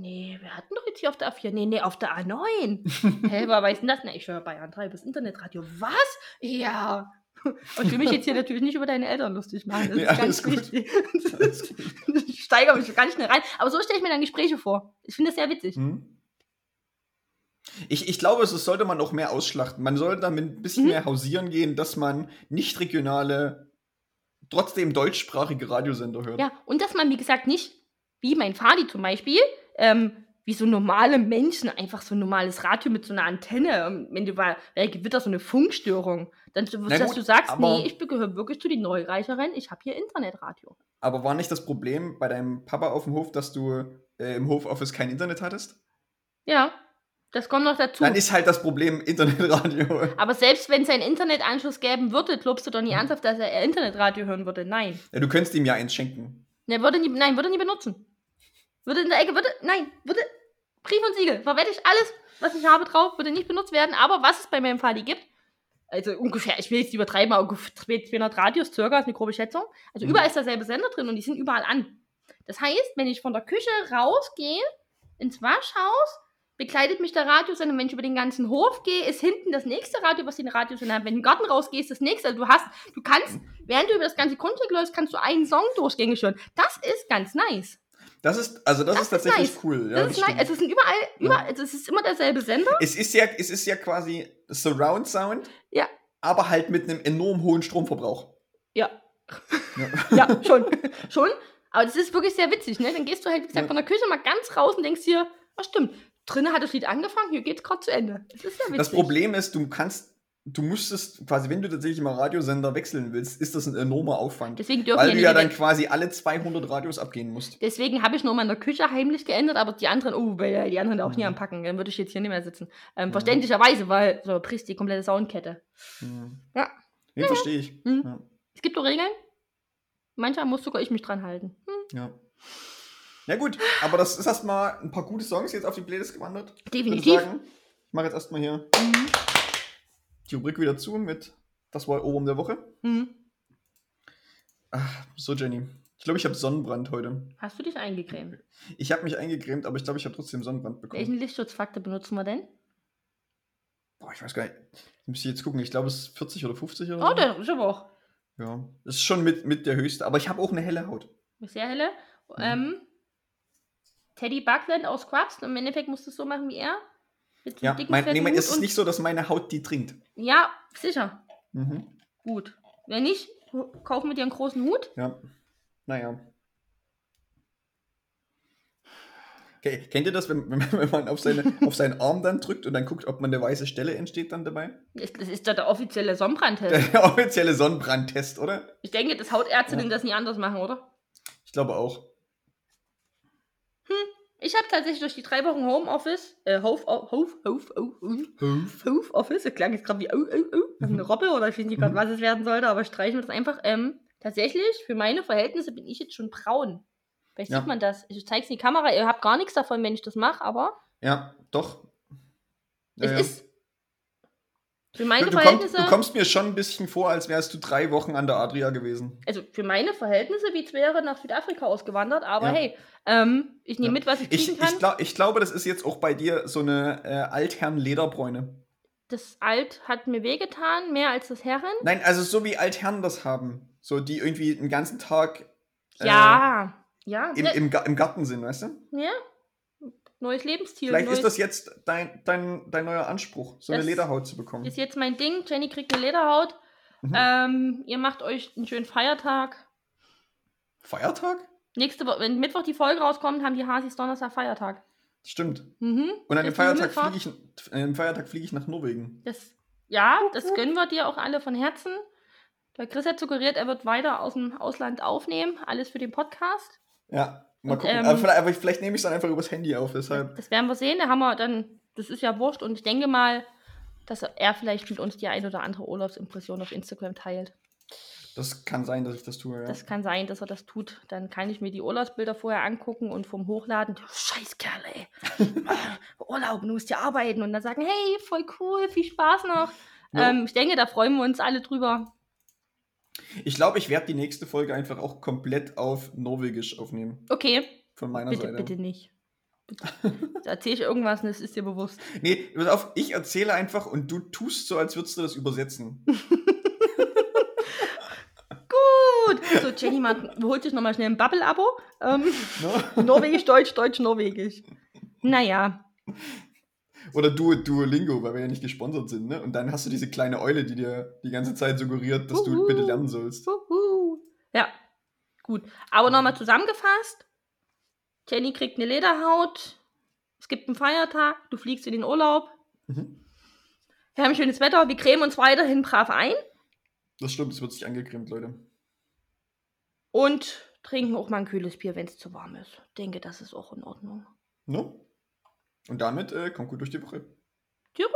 Nee, wir hatten doch jetzt hier auf der A4. Nee, nee, auf <laughs> der A9. Hä, wer weiß denn das? Na, ich höre Bayern 3 bis Internetradio. Was? Ja. <laughs> Und ich will mich jetzt hier natürlich nicht über deine Eltern lustig machen. Das Nee, ist ganz alles gut. wichtig. <laughs> ich steigere mich ganz schnell rein. Aber so stelle ich mir dann Gespräche vor. Ich finde das sehr witzig. Hm. Ich, ich glaube, das sollte man auch mehr ausschlachten. Man sollte damit ein bisschen Mhm. mehr hausieren gehen, dass man nicht regionale, trotzdem deutschsprachige Radiosender hört. Ja, und dass man, wie gesagt, nicht, wie mein Vati zum Beispiel, ähm, wie so normale Menschen, einfach so ein normales Radio mit so einer Antenne, ähm, wenn du mal, äh, gibt da so eine Funkstörung, dann so, Na dass gut, du sagst, aber- nee, ich gehöre wirklich zu den Neureicheren, ich habe hier Internetradio. Aber war nicht das Problem bei deinem Papa auf dem Hof, dass du äh, im Hofoffice kein Internet hattest? Ja, das kommt noch dazu. Dann ist halt das Problem <laughs> Internetradio. Aber selbst wenn es einen Internetanschluss geben würde, glaubst du doch nie Hm. ernsthaft, dass er Internetradio hören würde. Nein. Ja, du könntest ihm ja eins schenken. Er Ne, würde nie, nein, würde nie benutzen. Würde in der Ecke, würde, nein, würde, Brief und Siegel, verwette ich alles, was ich habe drauf, würde nicht benutzt werden, aber was es bei meinem Vati gibt, also ungefähr, ich will jetzt übertreiben, aber ungefähr 200 Radios circa, ist eine grobe Schätzung, also Mhm. überall ist derselbe Sender drin und die sind überall an. Das heißt, wenn ich von der Küche rausgehe, ins Waschhaus, begleitet mich der Radiosender, wenn ich über den ganzen Hof gehe, ist hinten das nächste Radio, was den Radiosender hat, wenn du in den Garten rausgehst, das nächste, also du hast, du kannst, während du über das ganze Grundstück läufst, kannst du einen Song durchgängig hören. Das ist ganz nice. Das ist, also das, ist Das ist tatsächlich nice. cool. Ja, Das ist nice. stimmt. Also es sind überall, überall also es ist immer derselbe Sender. es ist ja, es ist ja quasi Surround Sound. Ja. Aber halt mit einem enorm hohen Stromverbrauch. Ja. Ja. <laughs> Ja, schon. schon. Aber das ist wirklich sehr witzig, ne? Dann gehst du halt, wie gesagt, Ja. von der Küche mal ganz raus und denkst dir, was stimmt, drinnen hat das Lied angefangen, hier geht's gerade zu Ende. Das ist sehr witzig. Das Problem ist, du kannst, du müsstest quasi, wenn du tatsächlich mal Radiosender wechseln willst, ist das ein enormer Aufwand. Deswegen dürfen weil du die ja nicht dann weg. quasi alle 200 Radios abgehen musst. Deswegen habe ich nur mal in der Küche heimlich geändert, aber die anderen, oh, weil die anderen auch nie Mhm. anpacken, dann würde ich jetzt hier nicht mehr sitzen. Ähm, Mhm. Verständlicherweise, weil so bricht die komplette Soundkette. Hm. Ja. Nee, verstehe ich. Mhm. Ja. Es gibt doch Regeln. Manchmal muss sogar ich mich dran halten. Hm. ja. Ja gut, aber das ist erstmal ein paar gute Songs jetzt auf die Playlist gewandert. Ich würde Definitiv. sagen, mhm, ich mache jetzt erstmal hier die Rubrik wieder zu mit Das war Ohrwurm der Woche. Hm. mhm. Ach, so Jenny. Ich glaube, ich habe Sonnenbrand heute. Hast du dich eingecremt? Ich habe mich eingecremt, aber ich glaube, ich habe trotzdem Sonnenbrand bekommen. Welchen Lichtschutzfaktor benutzen wir denn? Boah, ich weiß gar nicht. Ich muss jetzt gucken. Ich glaube, es ist 40 oder 50 oder Oh, der ist aber auch Ja. Das ist schon mit, mit der höchste. Aber ich habe auch eine helle Haut. sehr helle. Ähm, Teddy Buckland aus Scrubs. Im Endeffekt musst du es so machen wie er. Mit Ja, mein, nee, fetten mein, Hut es ist und- nicht so, dass meine Haut die trinkt. Ja, sicher. Mhm. Gut. Wenn nicht, kaufen wir dir einen großen Hut. Ja. Naja. Okay. Kennt ihr das, wenn, <laughs> wenn, wenn man auf, seine, auf seinen Arm dann drückt und dann guckt, ob man eine weiße Stelle entsteht dann dabei? Das das ist doch der offizielle <laughs> Sonnenbrandtest. Der offizielle Sonnenbrandtest, oder? Ich denke, dass Hautärztinnen das nie anders machen, oder? Ich glaube auch. Ich habe tatsächlich durch die drei Wochen Homeoffice, äh, Hof, Hof, Hof, Hof, Hof, Hof Office, das klang jetzt gerade wie oh, oh, oh, das ist eine Robbe oder ich weiß nicht gerade, Mhm. was es werden sollte, aber streichen wir das einfach. Ähm, tatsächlich, für meine Verhältnisse bin ich jetzt schon braun. Vielleicht Ja. sieht man das. Ich zeige es in die Kamera, ihr habt gar nichts davon, wenn ich das mache, aber Ja, doch. es Naja. ist. Für Du, meine du, kommst, Verhältnisse. du kommst mir schon ein bisschen vor, als wärst du drei Wochen an der Adria gewesen. also für meine Verhältnisse wie wäre nach Südafrika ausgewandert, aber Ja. hey, ähm, ich nehme Ja. mit, was ich Ich, kriegen ich, kann. glaub, ich glaube, das ist jetzt auch bei dir so eine äh, Altherren-Lederbräune. das Alt hat mir wehgetan, mehr als das Herren. Nein, also so wie Altherren das haben. So, die irgendwie den ganzen Tag Äh, Ja, ja, im, ne, im, Ga- im Garten sind, weißt du? ne? neues Lebensstil. Vielleicht neues ist das jetzt dein, dein, dein neuer Anspruch, so eine Das Lederhaut zu bekommen. ist jetzt mein Ding. Jenny kriegt eine Lederhaut. Mhm. Ähm, ihr macht euch einen schönen Feiertag. Feiertag? Nächste Woche, wenn Mittwoch die Folge rauskommt, haben die Hasis Donnerstag Feiertag. Stimmt. Mhm. Und an dem Ist Feiertag Himmelfahrt. fliege ich, an dem Feiertag fliege ich nach Norwegen. Das, ja, das gönnen wir dir auch alle von Herzen. Der Chris hat suggeriert, er wird weiter aus dem Ausland aufnehmen. Alles für den Podcast. Ja, mal Und, gucken. ähm, aber vielleicht, aber vielleicht nehme ich es dann einfach übers Handy auf, deshalb. Das werden wir sehen. Da haben wir dann, das ist ja wurscht. Und ich denke mal, dass er vielleicht mit uns die ein oder andere Urlaubsimpression auf Instagram teilt. Das kann sein, dass ich das tue, ja. Das kann sein, dass er das tut. Dann kann ich mir die Urlaubsbilder vorher angucken und vom Hochladen, ja, scheiß Kerl, <laughs> ey. Mann, Urlaub, du musst ja arbeiten. Und dann sagen, hey, voll cool, viel Spaß noch. Ja. Ähm, ich denke, da freuen wir uns alle drüber. Ich glaube, ich werde die nächste Folge einfach auch komplett auf Norwegisch aufnehmen. Okay, Von meiner bitte, Seite. bitte nicht. <laughs> Bitte. Da erzähle ich irgendwas und es ist dir bewusst. Nee, pass auf, ich erzähle einfach und du tust so, als würdest du das übersetzen. Gut, so Jenny, man holt sich nochmal schnell ein Bubble-Abo. <laughs> Ähm, Ne? Norwegisch, Deutsch, Deutsch, Norwegisch. Naja, Oder du, Duolingo, weil wir ja nicht gesponsert sind, ne? Und dann hast du diese kleine Eule, die dir die ganze Zeit suggeriert, dass Uhu. du bitte lernen sollst. Wuhu. Ja, gut. Aber nochmal zusammengefasst: Jenny kriegt eine Lederhaut. Es gibt einen Feiertag. Du fliegst in den Urlaub. Mhm. Wir haben schönes Wetter. Wir cremen uns weiterhin brav ein Das stimmt, es wird sich angecremt, Leute. und trinken auch mal ein kühles Bier, wenn es zu warm ist. Denke, das ist auch in Ordnung. Ne? Und damit äh, kommt gut durch die Woche. Tschüss.